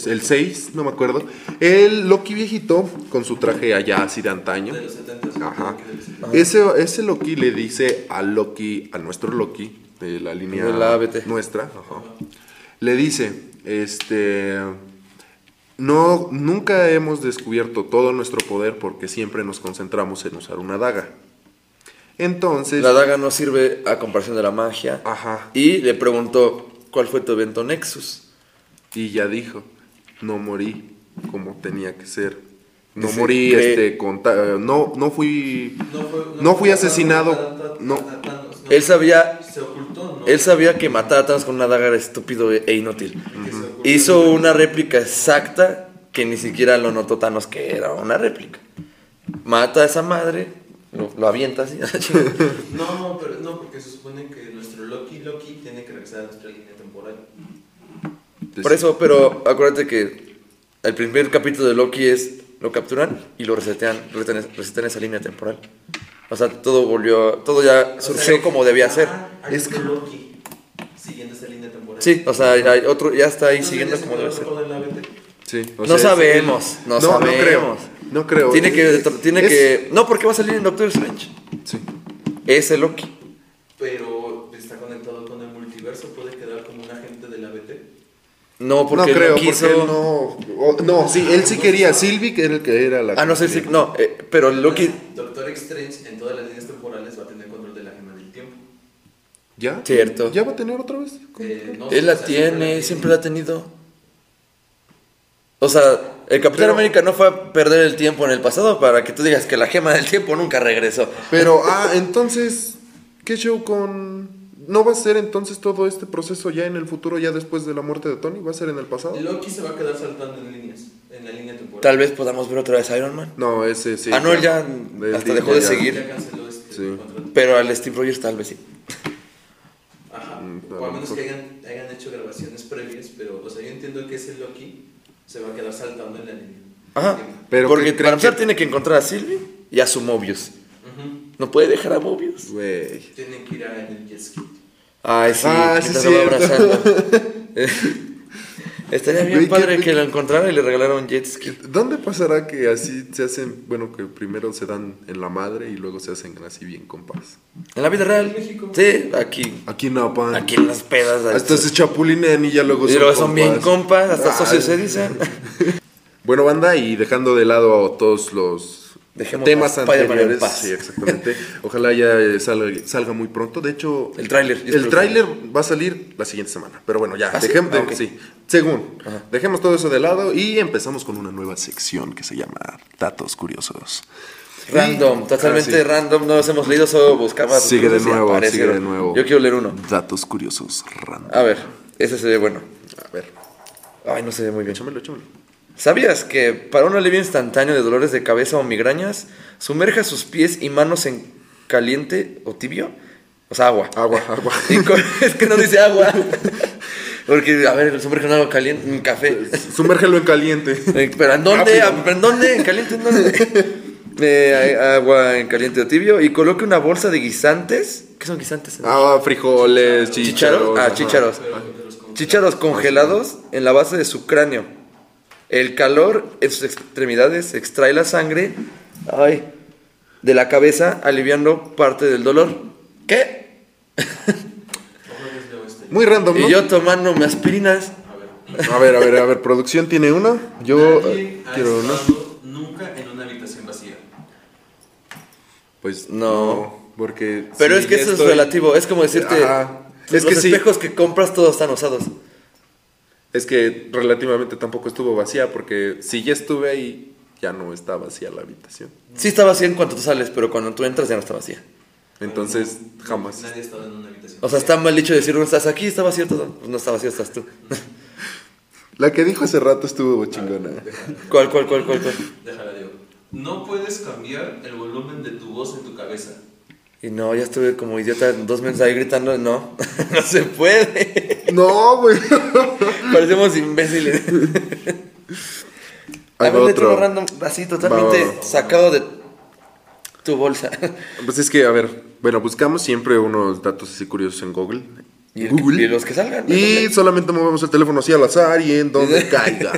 A: el 6, no me acuerdo. El Loki viejito, con su traje allá así de antaño.
B: De los 70.
A: Ajá.
B: ¿Qué debe ser?
A: Ese, ese Loki le dice a Loki, a nuestro Loki, de la línea
C: De la ABT.
A: nuestra, ajá, le dice, este, no, nunca hemos descubierto todo nuestro poder porque siempre nos concentramos en usar una daga. Entonces,
C: La daga no sirve a comparación de la magia.
A: ajá,
C: Y le preguntó, ¿cuál fue tu evento Nexus?
A: y ya dijo, no morí como tenía que ser. No
C: Dice
A: morí,
C: que-
A: este, con ta- no, no fui,
B: No, fue-
A: No fui
B: fue
A: asesinado,
B: Thanos,
A: no.
B: Thanos, no.
C: Él sabía,
B: Se ocultó, ¿no?
C: él sabía que matar a Thanos con una daga era estúpido e e inútil.
B: Que se ocultó.
C: Hizo una réplica exacta que ni siquiera lo notó Thanos que era una réplica. Mata a esa madre, lo, lo avienta así.
B: No, pero no, porque se supone que nuestro Loki Loki tiene que regresar a nuestra línea temporal.
C: Por eso, pero acuérdate que el primer capítulo de Loki es lo capturan y lo resetean, resetean, resetean esa línea temporal. O sea, todo volvió, todo ya
B: O
C: surgió
B: sea,
C: como debía ser.
B: ah, hay
A: Es
B: otro
A: que-
B: Loki siguiendo esa línea temporal.
C: Sí, o sea, hay otro, ya está ahí
B: Entonces,
C: siguiendo
B: ya se
C: como debe
B: quedó
C: ser.
B: con el ABT.
A: Sí, o
C: No
A: sea,
C: sabemos,
A: es-
C: no
A: creo,
C: sabemos.
A: No creo.
C: Tiene que,
A: Es-
C: tiene
A: es-
C: que, no, porque va a salir en Doctor Strange.
A: Sí.
C: Ese Loki.
B: Pero está conectado con el multiverso, puede quedar como un agente del ABT.
C: No,
A: no
C: porque
A: creo,
C: no quiso.
A: porque él no. o- no, sí, él sí quería. Sylvie, que era el que era la.
C: Ah, no sé si.
A: quería.
C: No, eh, pero Loki.
B: Doctor Strange en todas las líneas temporales va a tener control de la gema del tiempo.
A: ¿Ya?
C: Cierto.
A: ¿Ya va a tener otra vez?
B: Eh, no,
C: Él
B: o
C: la
B: sea,
C: tiene, siempre la ha tenido. O sea, el Capitán
A: Pero-
C: América no fue a perder el tiempo en el pasado para que tú digas que la gema del tiempo nunca regresó.
A: Pero, ah, entonces, ¿qué show con...? ¿No va a ser entonces todo este proceso ya en el futuro, ya después de la muerte de Tony? ¿Va a ser en el pasado?
B: Loki se va a quedar saltando en líneas, en la línea temporal.
C: Tal vez podamos ver otra vez Iron Man.
A: No, ese sí.
C: Ah, no, él ya
A: Él
C: hasta
A: dijo
C: dejó de
A: ya.
C: seguir.
B: Ya canceló este
A: Sí.
B: contrato.
C: Pero al Steve Rogers tal vez sí.
B: Ajá.
A: Mm,
B: o a
A: claro.
B: menos que hayan, hayan hecho grabaciones previas, pero, o sea, yo entiendo que ese Loki se va a quedar saltando en la línea.
C: Ajá.
A: Pero
C: Porque
A: ¿qué creen
C: para empezar
A: que-
C: tiene que encontrar a Sylvie y a su Mobius.
B: Ujú.
C: No puede dejar a Mobius.
A: Güey.
B: Tienen que ir a en el jet ski.
C: Ay, sí,
A: Ah, sí,
C: mientras lo va
A: cierto.
C: abrazando. Estaría bien
A: Güey, qué
C: padre que
A: rico.
C: lo encontrara y le regalara un jet ski.
A: ¿Dónde pasará que así se hacen, bueno, que primero se dan en la madre y luego se hacen así bien compas?
C: En la vida real.
B: En México.
C: Sí, aquí.
A: Aquí no, pan.
C: Aquí en las pedas.
A: Hasta se chapulinean y ya luego
C: y luego son bien compas, hasta
A: Ah,
C: socios se dicen.
A: Bueno, banda, y dejando de lado todos los
C: Dejemos
A: temas
C: a Spider-Man en
A: anteriores.
C: paz.
A: Sí, exactamente. Ojalá ya eh, salga, salga muy pronto. De hecho,
C: El tráiler, yo espero
A: El
C: que-
A: tráiler va a salir la siguiente semana. Pero bueno, ya.
C: ¿Ah, sí?
A: dejemos,
C: Ah, ok.
A: sí, según.
C: Ajá.
A: Dejemos todo eso de lado y empezamos con una nueva sección que se llama Datos Curiosos.
C: Random,
A: Y-
C: totalmente
A: Ah, sí.
C: random. No los hemos leído, solo buscaba. sus
A: Sigue de
C: cosas y
A: nuevo,
C: aparecieron.
A: sigue de nuevo.
C: Yo quiero leer uno. Ah,
A: Datos Curiosos random.
C: A ver, ese se ve bueno.
A: A ver,
C: Ay, no se ve muy bien.
A: échamelo, échamelo.
C: ¿Sabías que para un alivio instantáneo de dolores de cabeza o migrañas, sumerja sus pies y manos en caliente o tibio? O sea, agua.
A: Agua, agua.
C: Y con- es que no dice agua. Porque, a ver, sumerja en agua caliente, en café.
A: Sumérgelo en caliente.
C: Eh, ¿Pero en dónde?
A: Rápido.
C: ¿Pero en dónde? ¿En caliente? ¿En dónde? Eh, hay agua en caliente o tibio. Y coloque una bolsa de guisantes. ¿Qué son guisantes?
A: Ah, frijoles,
C: ¿Chícharos?
A: chícharos.
C: Ah,
A: ajá.
C: chícharos.
B: Pero de los con-
C: Chícharos congelados en la base de su cráneo. El calor en sus extremidades extrae la sangre ay, de la cabeza, aliviando parte del dolor. ¿Qué?
B: Ojo, les leo este.
A: Muy random, ¿no?
C: Y yo tomándome aspirinas.
B: A
A: A ver,
B: ver.
A: a ver, a ver, producción tiene una. Yo eh,
B: Nadie ha
A: quiero una.
B: estado nunca en una habitación vacía.
A: Pues
C: No.
A: porque.
C: Pero
A: sí,
C: es que
A: ya
C: eso
A: estoy-
C: es relativo. Es como decirte:
A: Ajá.
C: los
A: Es que sí.
C: espejos que compras todos están usados.
A: Es que relativamente tampoco estuvo vacía, porque si ya estuve ahí, ya no está vacía la habitación.
C: Sí está vacía en cuanto tú sales, pero cuando tú entras ya no está vacía.
A: Entonces,
B: Pero no,
A: jamás.
B: Nadie ha estado en una habitación.
C: O sea, está mal dicho decir, no estás aquí, está vacío todo. Pues no está vacío, estás tú.
A: La que dijo hace rato estuvo chingona.
C: ¿Cuál, cuál, cuál, cuál, cuál?
B: Déjala, digo. No puedes cambiar el volumen de tu voz en tu cabeza.
C: Y no, ya estuve como idiota dos meses ahí gritando, no, no se puede.
A: No, güey.
C: Parecemos imbéciles. A
A: Ahí va
C: ver, otro.
A: otro.
C: random, así totalmente
A: Va, va, va.
C: sacado de tu bolsa.
A: Pues es que, a ver, bueno, buscamos siempre unos datos así curiosos en Google.
C: Y, el que- y los que salgan. ¿no?
A: Y solamente movemos el teléfono así al azar y en donde caiga.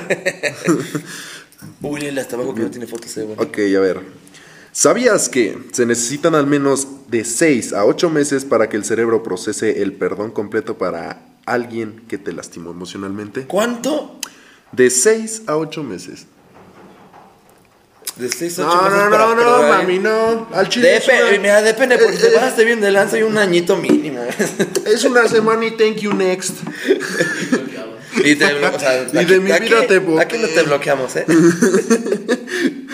C: Uy, el hasta abajo que no tiene fotos, eh, bueno.
A: Ok, a ver. ¿Sabías que se necesitan al menos de 6 a 8 meses para que el cerebro procese el perdón completo para alguien que te lastimó emocionalmente?
C: ¿Cuánto?
A: De 6 a 8 meses.
C: De 6 a
A: No,
C: 8
A: no, no, no, mami, no. Al chile. es
C: ¿eh? Depende,
A: una-
C: mira, depende, porque
A: Eh,
C: te
A: eh,
C: pasaste bien de lanza y un añito mínimo.
A: Es una semana y thank you next.
C: Y, te blo- o sea,
A: Y de mi vida te bloqueé.
C: Aquí no te bloqueamos, ¿eh?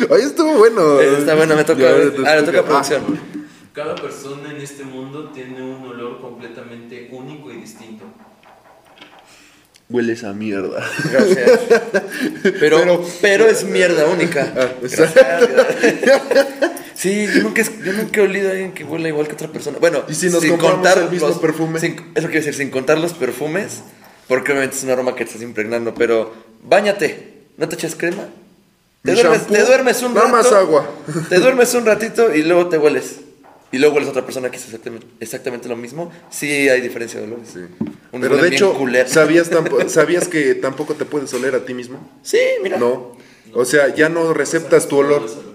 A: Ahí estuvo bueno.
C: Eh, está bueno, me toca-
A: Ya, ahora te Ah.
C: ahora toca producción.
B: Cada persona en este mundo tiene un olor completamente único y distinto.
A: Ah, hueles a mierda.
C: Gracias. Pero, pero,
A: Pero-
C: es mierda única.
A: Ah,
C: Gracias. Sí, yo nunca, he- yo nunca he olido a alguien que huela igual que otra persona. Bueno,
A: ¿Y si nos compramos el mismo perfume?
C: sin- eso quiero decir, sin contar los perfumes, porque obviamente es un aroma que te estás impregnando, pero bañate, no te eches crema. Te
A: Mi
C: duermes,
A: shampoo,
C: te duermes un
A: nada
C: rato.
A: más agua.
C: Te duermes un ratito y luego te hueles. Y luego hueles a otra persona que es exactamente, exactamente lo mismo. Sí hay diferencia de olores.
A: Sí.
C: Unos
A: Pero de
C: huelen bien
A: hecho,
C: culero.
A: ¿sabías, tampo- ¿sabías que tampoco te puedes oler a ti mismo?
C: Sí, mira.
A: No. O sea, ya no receptas tu olor.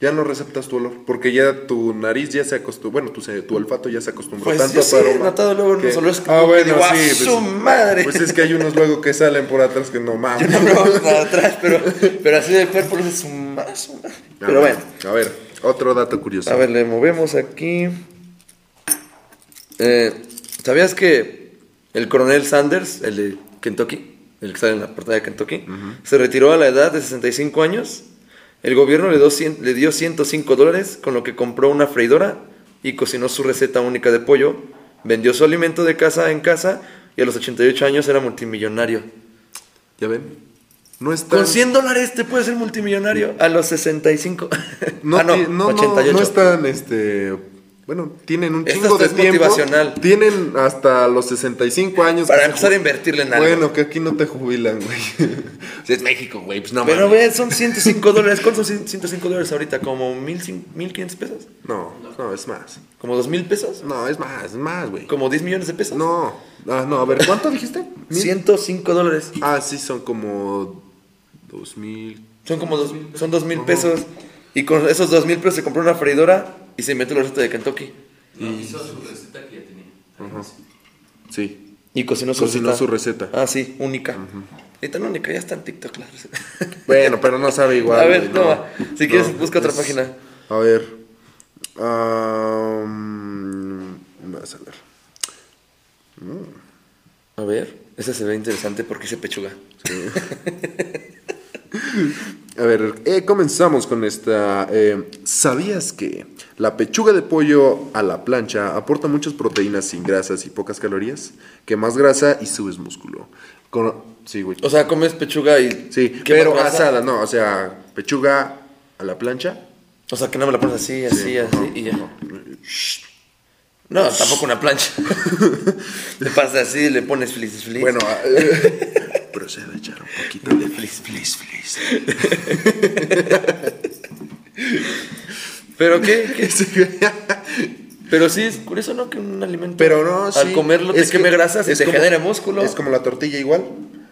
A: Ya no receptas tu olor. Porque ya tu nariz ya se acostumbró. Bueno, tu, se- tu olfato ya se acostumbró
C: Pues
A: tanto
C: yo
A: a tu
C: sí he
A: aroma
C: notado luego unos olores que
A: Ah,
C: como que
A: bueno,
C: digo, ¡ah,
A: sí.
C: su madre!
A: Pues es que hay unos luego que salen por atrás que no
C: Yo
A: mames.
C: no me para atrás, pero, pero así de cuerpo es un más. un más.
A: A
C: Pero
A: ver,
C: bueno,
A: A ver, otro dato curioso.
C: a ver, le movemos aquí. Eh, ¿Sabías que el coronel Sanders, el de Kentucky, el que sale en la portada de Kentucky, se retiró a la edad de 65 años? El gobierno le, dio cien- le dio 105 dólares, con lo que compró una freidora y cocinó su receta única de pollo, vendió su alimento de casa en casa y a los 88 años era multimillonario.
A: ¿Ya ven? No es tan,
C: Con 100 dólares te puedes ser multimillonario a los 65.
A: no,
C: Ah, no,
A: ti- no, no,
C: 88.
A: no es tan, este... Bueno, tienen un
C: Esto
A: chingo
C: hasta
A: de
C: es
A: tiempo.
C: motivacional.
A: Tienen hasta los 65 años.
C: Para
A: que se
C: empezar a
A: ju-
C: invertirle en algo.
A: Bueno, que aquí no te jubilan, güey. si es México, güey, pues no
C: Pero
A: mames.
C: ve, son 105 dólares. ¿Cuántos son 105 dólares ahorita? ¿Como 1.500 pesos?
A: No, no, es más.
C: ¿Como 2.000 pesos?
A: No, es más, es más, güey.
C: ¿Como 10 millones de pesos?
A: No, ah, no, a ver, ¿cuánto dijiste? Mil-
C: 105 dólares.
A: Ah, sí, son como dos mil.
C: Son como dos, son 2.000 pesos. Y con esos 2.000 pesos se compró una freidora y se inventó la receta de Kentucky.
B: No, hizo su receta que ya tenía.
A: Sí.
C: Y cocinó su
A: Cocinó
C: receta.
A: su receta.
C: Ah, sí, única. Y tan única, ya está en TikTok la receta.
A: Bueno, pero no sabe igual.
C: A ver,
A: güey,
C: toma. Si quieres, busca otra página.
A: A ver. am, vas a ver.
C: A ver, esa se ve interesante porque se pechuga.
A: A ver, eh, comenzamos con esta. eh, ¿Sabías que la pechuga de pollo a la plancha aporta muchas proteínas sin grasas y pocas calorías? Que más grasa y subes músculo. Con, sí, güey.
C: O sea, comes pechuga y.
A: Sí,
C: ¿qué
A: pero
C: más pasa?
A: asada, no, o sea, pechuga a la plancha.
C: O sea, que no me la pones así, así, así y ya. No, tampoco una plancha. Te pasa así, le pones flis, flis.
A: Bueno, ah, eh, procedo a echar un poquito de flis, flis, flis.
C: pero qué, qué? Pero sí es curioso, ¿no? Que un alimento.
A: Pero no, sí.
C: Al comerlo te queme grasas y te
A: como-
C: genera músculo.
A: Es como la tortilla igual.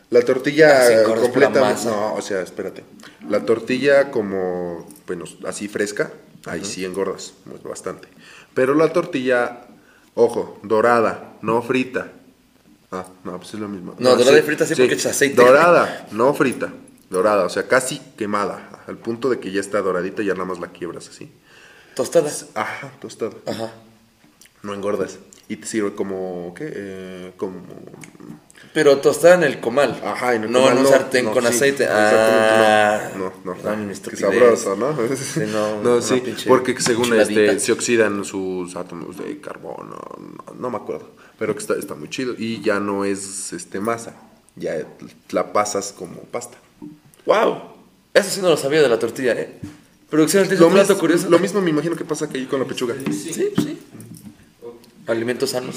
A: La tortilla
C: Ah, sí, corres
A: completa.
C: por la masa.
A: No, o sea, espérate. La tortilla como, bueno, así fresca, ahí sí engordas pues, bastante. Pero la tortilla, ojo, dorada, no frita. Ah, no, pues es lo mismo.
C: No, dorada y frita sí, porque echas aceite.
A: Dorada, no frita. Dorada, o sea, casi quemada. Al punto de que ya está doradita y ya nada más la quiebras así.
C: Tostadas.
A: Ajá, tostada.
C: Ajá.
A: No engordas. Y te sirve como, ¿qué? Eh, como
C: Pero tostada en el comal.
A: Ajá, en el
C: No,
A: comal
C: en un sartén con
A: sí,
C: aceite. Ah,
A: exactamente, no, no, no.
C: dame mis
A: Qué
C: estupidez.
A: sabroso, ¿no?
C: no,
A: no,
C: una
A: sí,
C: pinche
A: porque según
C: enchiladita.
A: este, se oxidan sus átomos de carbono, no, no me acuerdo, pero que está, está muy chido y ya no es este masa, ya la pasas como pasta.
C: ¡Wow! Eso sí no lo sabía de la tortilla, ¿eh? Producción, ¿tienes
A: Lo,
C: un dato
A: mis-
C: curioso?
A: lo mismo me imagino que pasa que ahí con la pechuga.
B: Sí.
C: Sí, pues sí. Alimentos sanos.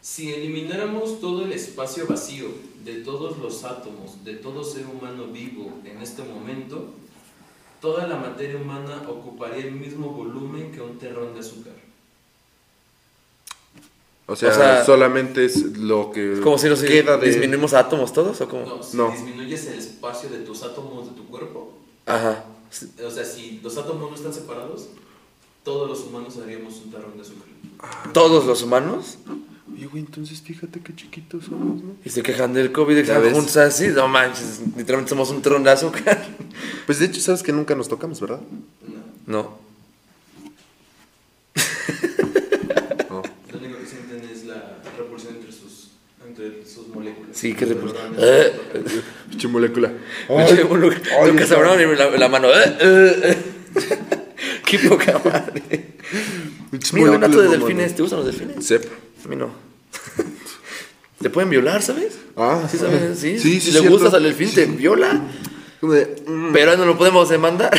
B: Si elimináramos todo el espacio vacío de todos los átomos, de todo ser humano vivo en este momento, toda la materia humana ocuparía el mismo volumen que un terrón de azúcar.
A: O sea,
C: O sea,
A: solamente es lo que
C: Como si nos
A: queda de
C: disminuimos a átomos todos o cómo.
B: No, si
A: No.
B: disminuyes el espacio de tus átomos de tu cuerpo,
C: Ajá. Sí.
B: o sea, si los átomos no están separados, todos los humanos haríamos un terrón de azúcar.
C: Todos los humanos
A: Oye, güey, entonces fíjate qué chiquitos somos, ¿no?
C: y se quejan del COVID y
A: Ya
C: están
A: ves.
C: juntos así. No manches, literalmente somos un tron de azúcar.
A: Pues de hecho sabes que nunca nos tocamos, ¿verdad?
B: No,
C: No.
A: No.
B: lo único que sienten es la repulsión entre sus, entre sus moléculas.
C: Sí, qué Eh.
B: Pero
C: repulsión.
B: realmente no se tocan.
A: Pinche molécula.
C: Pinche Nunca
A: ay,
C: nunca se
A: no.
C: abrieron la, la mano. Eh, eh, eh. Qué poca madre.
A: Pinches
C: Mira, un dato
A: moléculas
C: de
A: mamonas.
C: delfines. ¿Te gustan los delfines?
A: Sep.
C: A mí no. Te pueden violar, ¿sabes?
A: Ah,
C: Sí, ¿sabes? Sí,
A: Sí,
C: si
A: sí,
C: le
A: cierto.
C: gustas al delfín, te viola.
A: Como de, mm,
C: Pero no lo podemos demandar.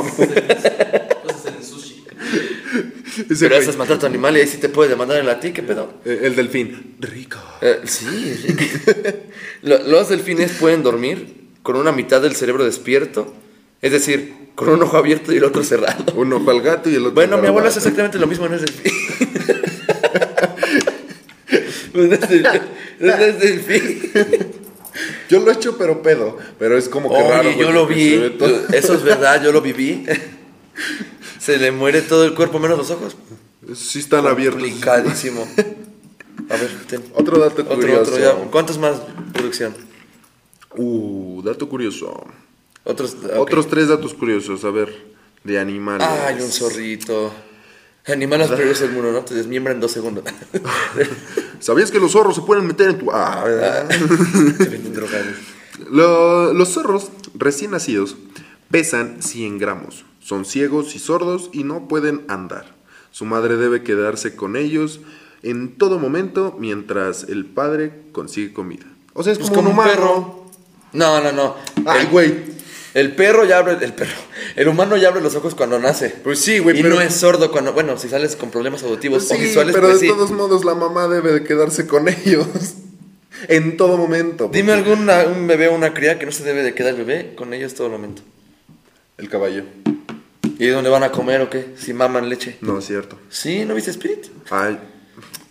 B: Vas a hacer el sushi.
A: ese
C: Pero
A: güey.
C: eso es maltrato animal y ahí sí te puede demandar en la ti, ¿qué pedo?
A: Eh, el delfín. Rico.
C: Eh, sí. Lo- Los delfines pueden dormir con una mitad del cerebro despierto, es decir, con un ojo abierto y el otro cerrado.
A: Uno para el gato y el otro
C: Bueno,
A: para
C: mi
A: la
C: abuelo es
A: vaca.
C: exactamente lo mismo, no es delfín. Pues no es delfín. No es delfín.
A: Yo lo he hecho, pero pedo. Pero es como que
C: Oye,
A: raro.
C: yo
A: güey,
C: lo
A: porque
C: vi.
A: se ve todo.
C: Eso es verdad, yo lo viví. Se le muere todo el cuerpo menos los ojos.
A: Sí están abiertos.
C: Complicadísimo. A ver, ten.
A: Otro dato
C: Otro,
A: curioso.
C: otro, ya. ¿Cuántos más, producción?
A: Uh, dato curioso.
C: Otros. ok.
A: Otros tres datos curiosos. A ver, de animales.
C: Ay, un zorrito. Animales previos al muro, ¿no? Te desmiembran en dos segundos.
A: ¿Sabías que los zorros se pueden meter en tu... Ah, ¿verdad?
C: Se venden drogados.
A: Lo- los zorros recién nacidos pesan 100 gramos. Son ciegos y sordos y no pueden andar. Su madre debe quedarse con ellos en todo momento mientras el padre consigue comida. O sea, es
C: Pues
A: como, un humano.
C: No, no, no.
A: Ay,
C: El-
A: güey.
C: El perro ya abre, el perro, el humano ya abre los ojos cuando nace.
A: Pues sí, güey,
C: Y
A: pero-
C: no es sordo cuando, bueno, si sales con problemas auditivos
A: Sí,
C: o visuales,
A: pero
C: pues
A: de
C: sí.
A: todos modos la mamá debe de quedarse con ellos en todo momento.
C: Dime algún un bebé o una cría que no se debe de quedar bebé con ellos todo el momento.
A: El caballo.
C: ¿Y dónde van a comer o qué? Si maman leche.
A: No, es cierto.
C: ¿Sí? ¿No viste Spirit?
A: Ay,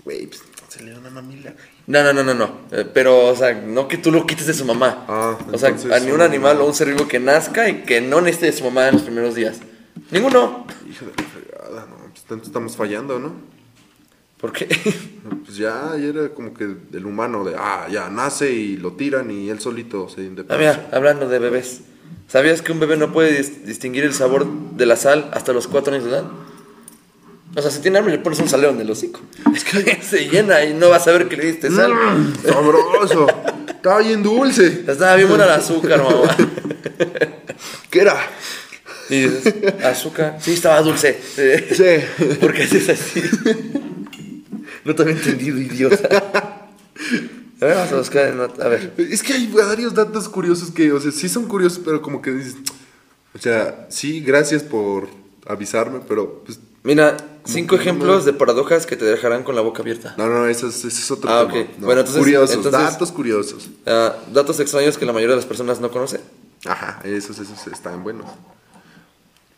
A: güey, pues, se le da una mamila.
C: No, no, no, no, no. Eh, pero, o sea, no que tú lo quites de su mamá.
A: Ah,
C: o sea,
A: entonces,
C: a ningún
A: no.
C: animal o un ser vivo que nazca y que no necesite de su mamá en los primeros días. Ninguno.
A: Hijo de la fregada, no. Pues tanto estamos fallando, ¿no?
C: ¿Por qué?
A: Pues ya, ya era como que el humano de, ah, ya nace y lo tiran y él solito se
C: Ah,
A: independiza.
C: mira, hablando de bebés. ¿Sabías que un bebé no puede dis- distinguir el sabor de la sal hasta los cuatro años de edad? O sea, si tiene hambre le pones un salero en el hocico. Es que se llena y no va a saber que le diste sal.
A: Mm, sabroso. Estaba bien dulce.
C: Estaba bien buena el azúcar, mamá.
A: ¿Qué era?
C: Y dices, azúcar. Sí, estaba dulce. Eh,
A: Sí.
C: ¿Por qué haces así? No te había entendido, idiota. A ver, vamos a buscar. en ot- A ver.
A: Es que hay varios datos curiosos que, o sea, sí son curiosos, pero como que dices, o sea, sí, gracias por avisarme, pero pues,
C: Mira, cinco ejemplos de paradojas que te dejarán con la boca abierta.
A: no, no, eso es, ese es otro
C: Ah,
A: tema.
C: ok.
A: No,
C: Bueno, entonces-
A: curiosos,
C: entonces-
A: datos curiosos.
C: Ah, datos extraños que la mayoría de las personas no conoce.
A: Ajá, esos, esos están buenos.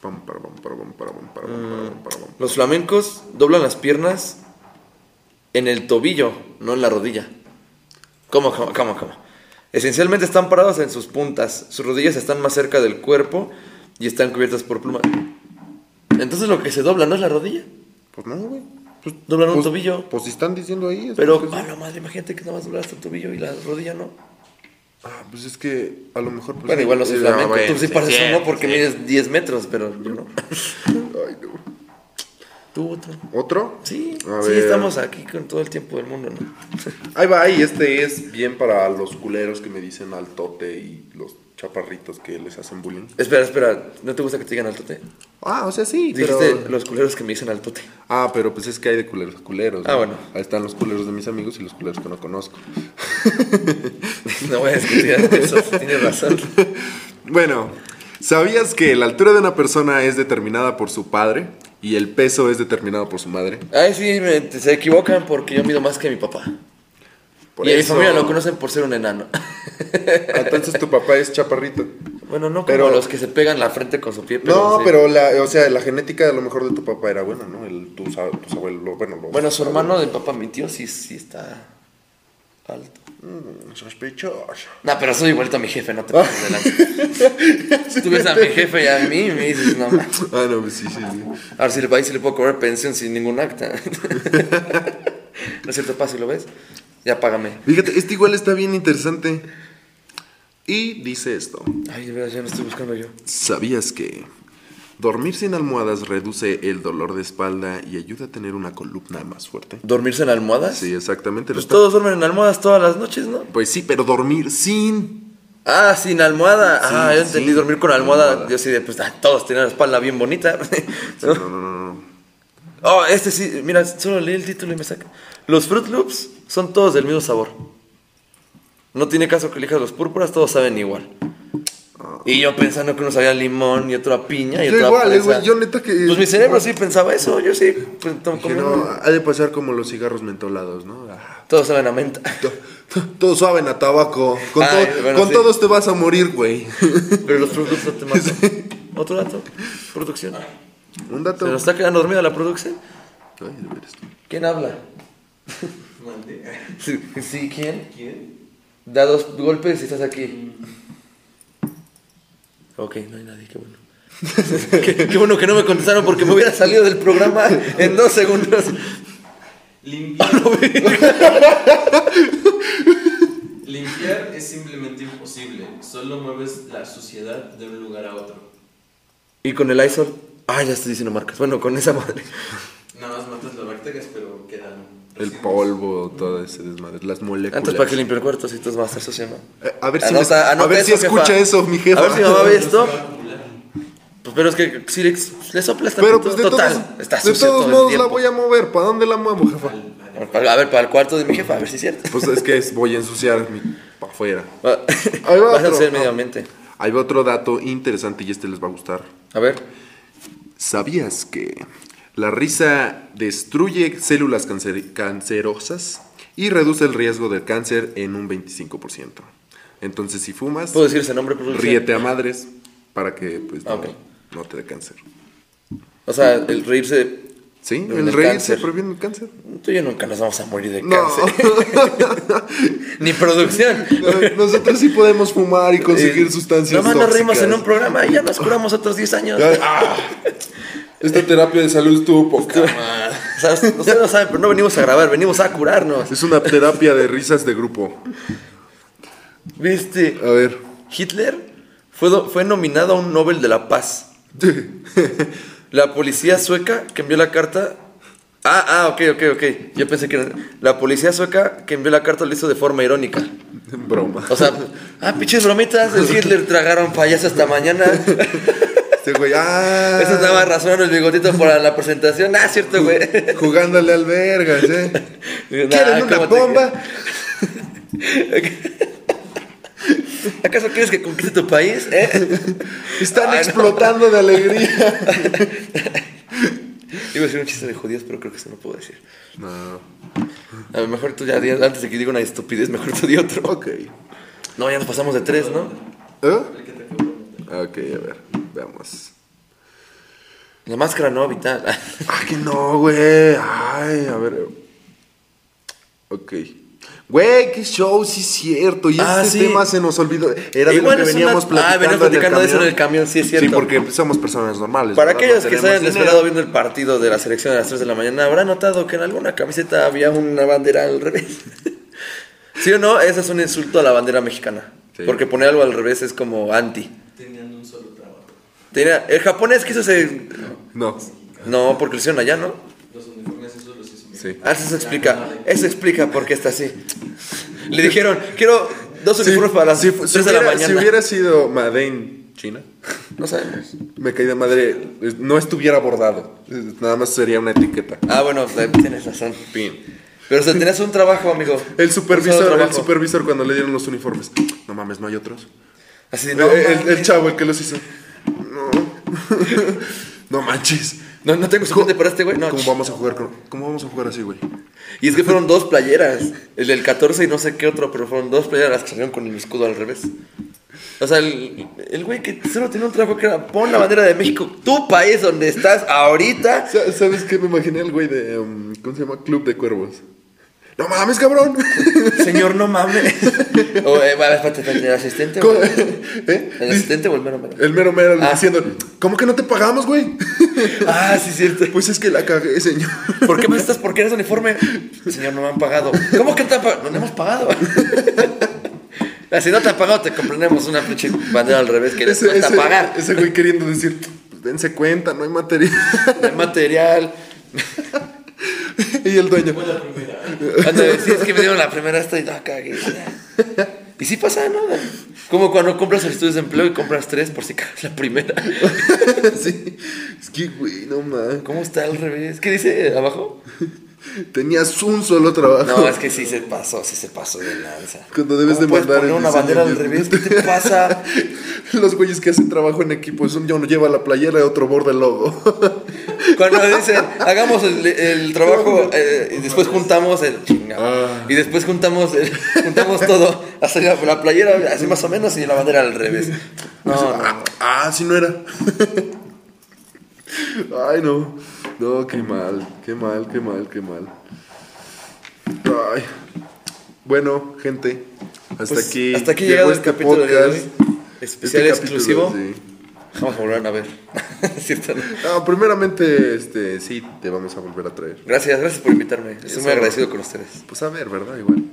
A: Pam, para, pam, para, pam, para, pam, para, pam, para, pam, para, pam.
C: Los flamencos doblan las piernas en el tobillo, no en la rodilla. ¿Cómo, cómo, cómo, cómo? Esencialmente están parados en sus puntas. Sus rodillas están más cerca del cuerpo y están cubiertas por plumas. Entonces lo que se dobla no es la rodilla.
A: Pues no, güey. Pues,
C: Doblan un
A: pues-
C: tobillo.
A: Pues si están diciendo ahí. es
C: Pero,
A: porque-
C: a la madre, imagínate que nada más doblaste el tobillo y la rodilla no.
A: Ah, pues es que a lo mejor. pues,
C: bueno, igual no soy
A: eh,
C: flamenco.
A: bueno,
C: Tú sí
A: sí.
C: pareces
B: sí,
C: uno porque
B: sí.
C: mides 10 metros, pero yo no.
A: Ay, no.
C: Tú, otro.
A: ¿Otro?
C: Sí,
A: A
C: sí,
A: ver.
C: estamos aquí con todo el tiempo del mundo, ¿no?
A: Ahí va, y este es bien para los culeros que me dicen altote y los chaparritos que les hacen bullying.
C: Espera, espera, ¿no te gusta que te digan altote?
A: Ah, o sea, sí,
C: Dijiste los culeros que me dicen altote.
A: Ah, pero pues es que hay de culeros a culeros.
C: Ah,
A: ¿no?
C: bueno.
A: Ahí están los culeros de mis amigos y los culeros que no conozco.
C: No voy a discutir ante eso, tienes razón.
A: Bueno, ¿sabías que la altura de una persona es determinada por su padre y el peso es determinado por su madre?
C: Ay, sí, me- se equivocan porque yo mido más que mi papá.
A: Por
C: y
A: eso-
C: a mi familia lo conocen por ser un enano.
A: Ah, Entonces tu papá es chaparrito.
C: bueno, no como
A: Pero-
C: los que se pegan la frente con su pie, pero
A: no,
C: sí.
A: pero la, o sea, la genética a lo mejor de tu papá era buena, ¿no? El, tus, ab- tus abuelos, bueno, los-
C: Bueno, su hermano de papá, mi tío, sí, sí está alto.
A: Mm, Sospechoso.
C: No, pero soy vuelto a mi jefe, no te pases de lanza. Si tú ves a mi jefe y a mí, me dices, no, ma.
A: Ah, no, pues sí, sí, sí.
C: Ahora sí, le- ahí sí le puedo cobrar pensión sin ningún acta. no es cierto, pa, si lo ves, ya págame.
A: Fíjate, este igual está bien interesante. Y dice esto.
C: Ay, de verdad, ya no estoy buscando yo.
A: ¿Sabías que dormir sin almohadas reduce el dolor de espalda y ayuda a tener una columna más fuerte?
C: ¿Dormirse en almohadas?
A: Sí, exactamente. lo
C: Pues
A: está-
C: todos duermen en almohadas todas las noches, ¿no?
A: Pues sí, pero dormir sin...
C: Ah, sin almohada.
A: Sí,
C: ah, yo
A: sí,
C: entendí dormir con
A: con
C: almohada.
A: almohada.
C: Yo sí, de, pues ah, todos tienen la espalda bien bonita.
A: No, no, no, no. no.
C: Oh, este sí, mira, solo leí el título y me saca. Los Fruit Loops son todos del mismo sabor. No tiene caso que elijas los púrpuras, todos saben igual. Y yo pensando que uno sabía a limón y otro a piña y
A: Ah. Yo
C: otro a
A: igual, eh,
C: fresa.
A: güey, yo neta que-
C: Pues mi cerebro sí pensaba eso, yo sí. pues, to-
A: Que
C: comí-
A: no, ha de pasar como los cigarros mentolados, ¿no? Ah,
C: Todos saben a menta.
A: to- to- Todos saben a tabaco. Con,
C: Ay,
A: todo-
C: bueno,
A: con
C: sí.
A: todos te vas a morir, güey.
C: Pero los Fruit Loops no te matan. Otro dato, producción.
A: Ah, Un
C: ¿Se
A: dato.
C: nos está quedando dormida la producción?
A: Ay, de veras.
C: ¿Quién habla?
B: Mande.
C: Sí, sí, ¿quién?
B: ¿Quién?
C: Da dos golpes y estás aquí. Ok, no hay nadie, qué bueno. qué, qué bueno que no me contestaron porque me hubiera salido del programa en dos segundos.
B: Limpiar.
C: No vi.
B: Limpiar es simplemente imposible. Solo mueves la suciedad de un lugar a otro.
C: y con el ISOL. Ah, ya estoy diciendo marcas. Bueno, con esa madre.
B: bacterias, pero quedan.
A: El
B: residuos.
A: polvo, todo ese desmadre, las moléculas.
C: Antes para que limpie el cuarto, si tú vas a hacer socio, ¿no?
A: Eh, A ver si,
C: Anota-
A: me- a
C: anota
A: ver si
C: eso, jefa.
A: escucha eso, mi jefa.
C: A ver si mamá ve
B: Entonces, se
C: esto.
B: va a acumular.
C: Pues, pero es que si le, le soplas
A: Pero
C: tantito,
A: pues de
C: total,
A: todos,
C: está
A: de
C: sucio
A: todos
C: todo el
A: modos la
C: tiempo.
A: voy a mover. ¿Para dónde la muevo, jefa?
C: A ver, para el cuarto de mi jefa, a ver si es cierto.
A: Pues es que es- voy a ensuciar mi para afuera.
C: Ahí
A: va
C: Vas a
A: otro.
C: hacer medio ambiente.
A: Hay otro dato interesante y este les va a gustar.
C: A ver.
A: ¿Sabías que la risa destruye células cancer- cancerosas y reduce el riesgo del cáncer en un 25%? Entonces, si fumas,
C: ¿Puedo decir ese nombre? por favor?
A: ríete a madres para que pues, no,
C: Ah, ok.
A: no te dé cáncer.
C: O sea, el reírse.
A: ¿Sí?
C: Previene
A: El
C: el
A: reírse
C: cáncer.
A: previene el cáncer.
C: Tú y yo nunca nos vamos a morir de
A: No.
C: cáncer. Ni producción.
A: Nosotros sí podemos fumar y conseguir
C: Eh,
A: sustancias
C: Nomás nos reímos en
A: tóxicas.
C: un programa y ya nos curamos otros 10 años.
A: Ah, esta terapia de salud estuvo poca. madre.
C: Ah, O sea, ustedes no saben, pero no venimos a grabar, venimos a curarnos.
A: Es una terapia de risas de grupo.
C: ¿Viste?
A: A ver.
C: Hitler fue, do- fue nominado a un Nobel de la Paz. La policía sueca que envió la carta. Ah, ah, ok, ok, ok. Yo pensé que era- la policía sueca que envió la carta lo hizo de forma irónica.
A: Broma.
C: O sea, ah, pinches bromitas, el Hitler tragaron payaso hasta mañana.
A: Este güey, ah.
C: Eso estaba razonando el bigotito para la presentación. Ah, cierto, güey.
A: Jugándole al vergas, eh.
C: Nah,
A: ¿Quieren una
C: ¿cómo te-
A: bomba?
C: ¿Acaso quieres que conquiste tu país? ¿Eh?
A: Están
C: Ay, no.
A: explotando de alegría.
C: Iba a decir un chiste de judíos, pero creo que eso no puedo decir.
A: No.
C: A lo mejor tú ya, di- antes de que diga una estupidez, mejor tú di otro.
A: Ok.
C: No, ya nos pasamos de tres, ¿no?
A: ¿Eh?
B: El que te acabo de contar.
A: Ok, a ver. Veamos.
C: La máscara no vital.
A: Ah, que no, güey. Ay, a ver. Ok. Güey, qué show, sí es cierto. Y
C: Ah,
A: este
C: sí.
A: tema se nos olvidó. Era de
C: Igual
A: lo que
C: es una-
A: veníamos
C: Ah,
A: platicando.
C: veníamos
A: en el
C: platicando de eso en
A: camión.
C: el camión, sí es cierto.
A: Sí, porque pues, somos personas normales.
C: Pues, Para
A: ¿verdad? No
C: aquellos que se
A: tenemos
C: hayan
A: dinero.
C: esperado viendo el partido de la selección a las 3 de la mañana, habrá notado que en alguna camiseta había una bandera al revés. ¿Sí o no? Ese es un insulto a la bandera mexicana.
A: Sí.
C: Porque poner algo al revés es como anti.
B: Tenían un solo trabajo.
C: Tenía- el japonés que hizo ese.
A: No.
C: No, porque lo hicieron allá, ¿no?
B: Los uniformes esos los hizo mi
A: Sí.
C: Ah, eso se explica. Eso explica por qué está así. Le dijeron, quiero dos uniformes
A: Sí,
C: para las
A: si,
C: 3
A: si
C: de la
A: hubiera-
C: mañana.
A: si hubiera sido Made in China,
C: No sabemos.
A: me caí de madre. No estuviera bordado. Nada más sería una etiqueta.
C: Ah, bueno, eh, tienes razón.
A: Fin.
C: Pero o sea, tenías un trabajo, amigo.
A: El
C: Un solo
A: supervisor, el
C: trabajo.
A: supervisor cuando le dieron los uniformes. No mames, no hay otros.
C: Así,
A: El-
C: no,
A: el, el
C: mames.
A: chavo, el que los hizo. No. no manches.
C: no, no tengo suficiente para este güey. No,
A: ¿Cómo
C: ch-
A: vamos a jugar con- ¿Cómo vamos a jugar así, güey?
C: Y es que fueron dos playeras. El del 14 y no sé qué otro, pero fueron dos playeras las que salieron con el escudo al revés. O sea, el, el güey que solo tenía un trabajo que era pon la bandera de México, tu país donde estás ahorita.
A: Sa- ¿Sabes qué? Me imaginé al güey de. um, ¿Cómo se llama? Club de Cuervos. ¡No mames, cabrón!
C: Señor, no mames. o, eh, vale, espérate, espérate, el asistente.
A: ¿Cómo-
C: güey.
A: ¿Eh?
C: El asistente volver a
A: El mero mero
C: Ah.
A: diciendo, ¿cómo que no te pagamos, güey?
C: Ah, sí, es cierto.
A: Pues es que la cagué, señor.
C: ¿Por qué me estás? ¿Por qué eres uniforme? Señor, no me han pagado. ¿Cómo que no te han pagado? No, no hemos pagado. Ah, Si no te han pagado, te comprendemos una pinche bandera al revés que les
A: Ese,
C: cuesta
A: ese-
C: pagar.
A: ese güey queriendo decir, "Pues dense cuenta, no hay material.
C: De material.
A: y el dueño,
B: Fue la primera.
C: Cuando decías que me dieron la primera, estoy. No, cagué. Y sí pasa, ¿no? Como cuando compras estudios de empleo y compras tres por si cagas la primera.
A: sí, es que güey, no mames.
C: ¿Cómo está al revés? ¿Qué dice abajo?
A: Tenías un solo trabajo.
C: No, es que sí se pasó, sí se pasó de lanza.
A: Cuando debes
C: ¿Cómo
A: de
C: puedes
A: mandar
C: poner
A: el
C: una
A: diseño
C: bandera al
A: bien?
C: revés? ¿Qué te pasa?
A: Los güeyes que hacen trabajo en equipo, es un- uno lleva la playera y otro borda el logo.
C: Cuando dicen, hagamos el, el trabajo eh, y después juntamos el chingado.
A: Ah.
C: Y después juntamos el- juntamos todo, hasta la, la playera, así más o menos, y la bandera al revés. No, no, no.
A: ah, sí no era. Ay, no. No, qué mal, qué mal, qué mal, qué mal. Ay. Bueno, gente, hasta
C: Pues,
A: aquí.
C: Hasta aquí
A: llegó
C: llegado el capítulo de hoy.
A: este
C: Especial
A: capítulo,
C: exclusivo.
A: sí.
C: Vamos a volver a ver. ¿Cierto? no?
A: Ah, primeramente, este, sí, te vamos a volver a traer. Pues,
C: Gracias, gracias por invitarme. Estoy
A: Eso.
C: muy agradecido con ustedes.
A: Pues a ver, ¿verdad? Igual.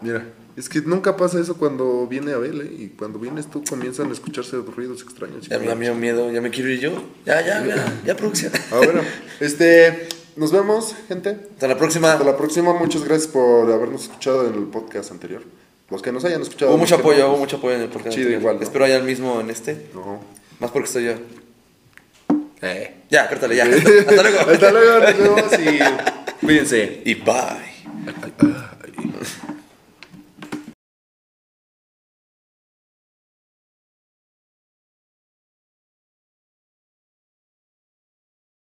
A: Mira. Es que nunca pasa eso cuando viene Abel, ¿eh? Y cuando vienes tú comienzan a escucharse ruidos extraños.
C: Ya me da miedo, miedo, ya me quiero ir yo. Ya, ya, ya, ya producción.
A: Ah, bueno. Este, nos vemos, gente.
C: Hasta la próxima.
A: Hasta la próxima. Muchas gracias por habernos escuchado en el podcast anterior. Los que nos hayan escuchado.
C: Hubo mucho
A: los que no,
C: apoyo, hubo mucho apoyo en el podcast.
A: Chido,
C: anterior.
A: igual, ¿no?
C: Espero haya el mismo en este.
A: No.
C: Más porque estoy yo.
A: Eh.
C: Ya, córtale, ya. Hasta luego.
A: Hasta luego, nos vemos y cuídense.
C: Y bye.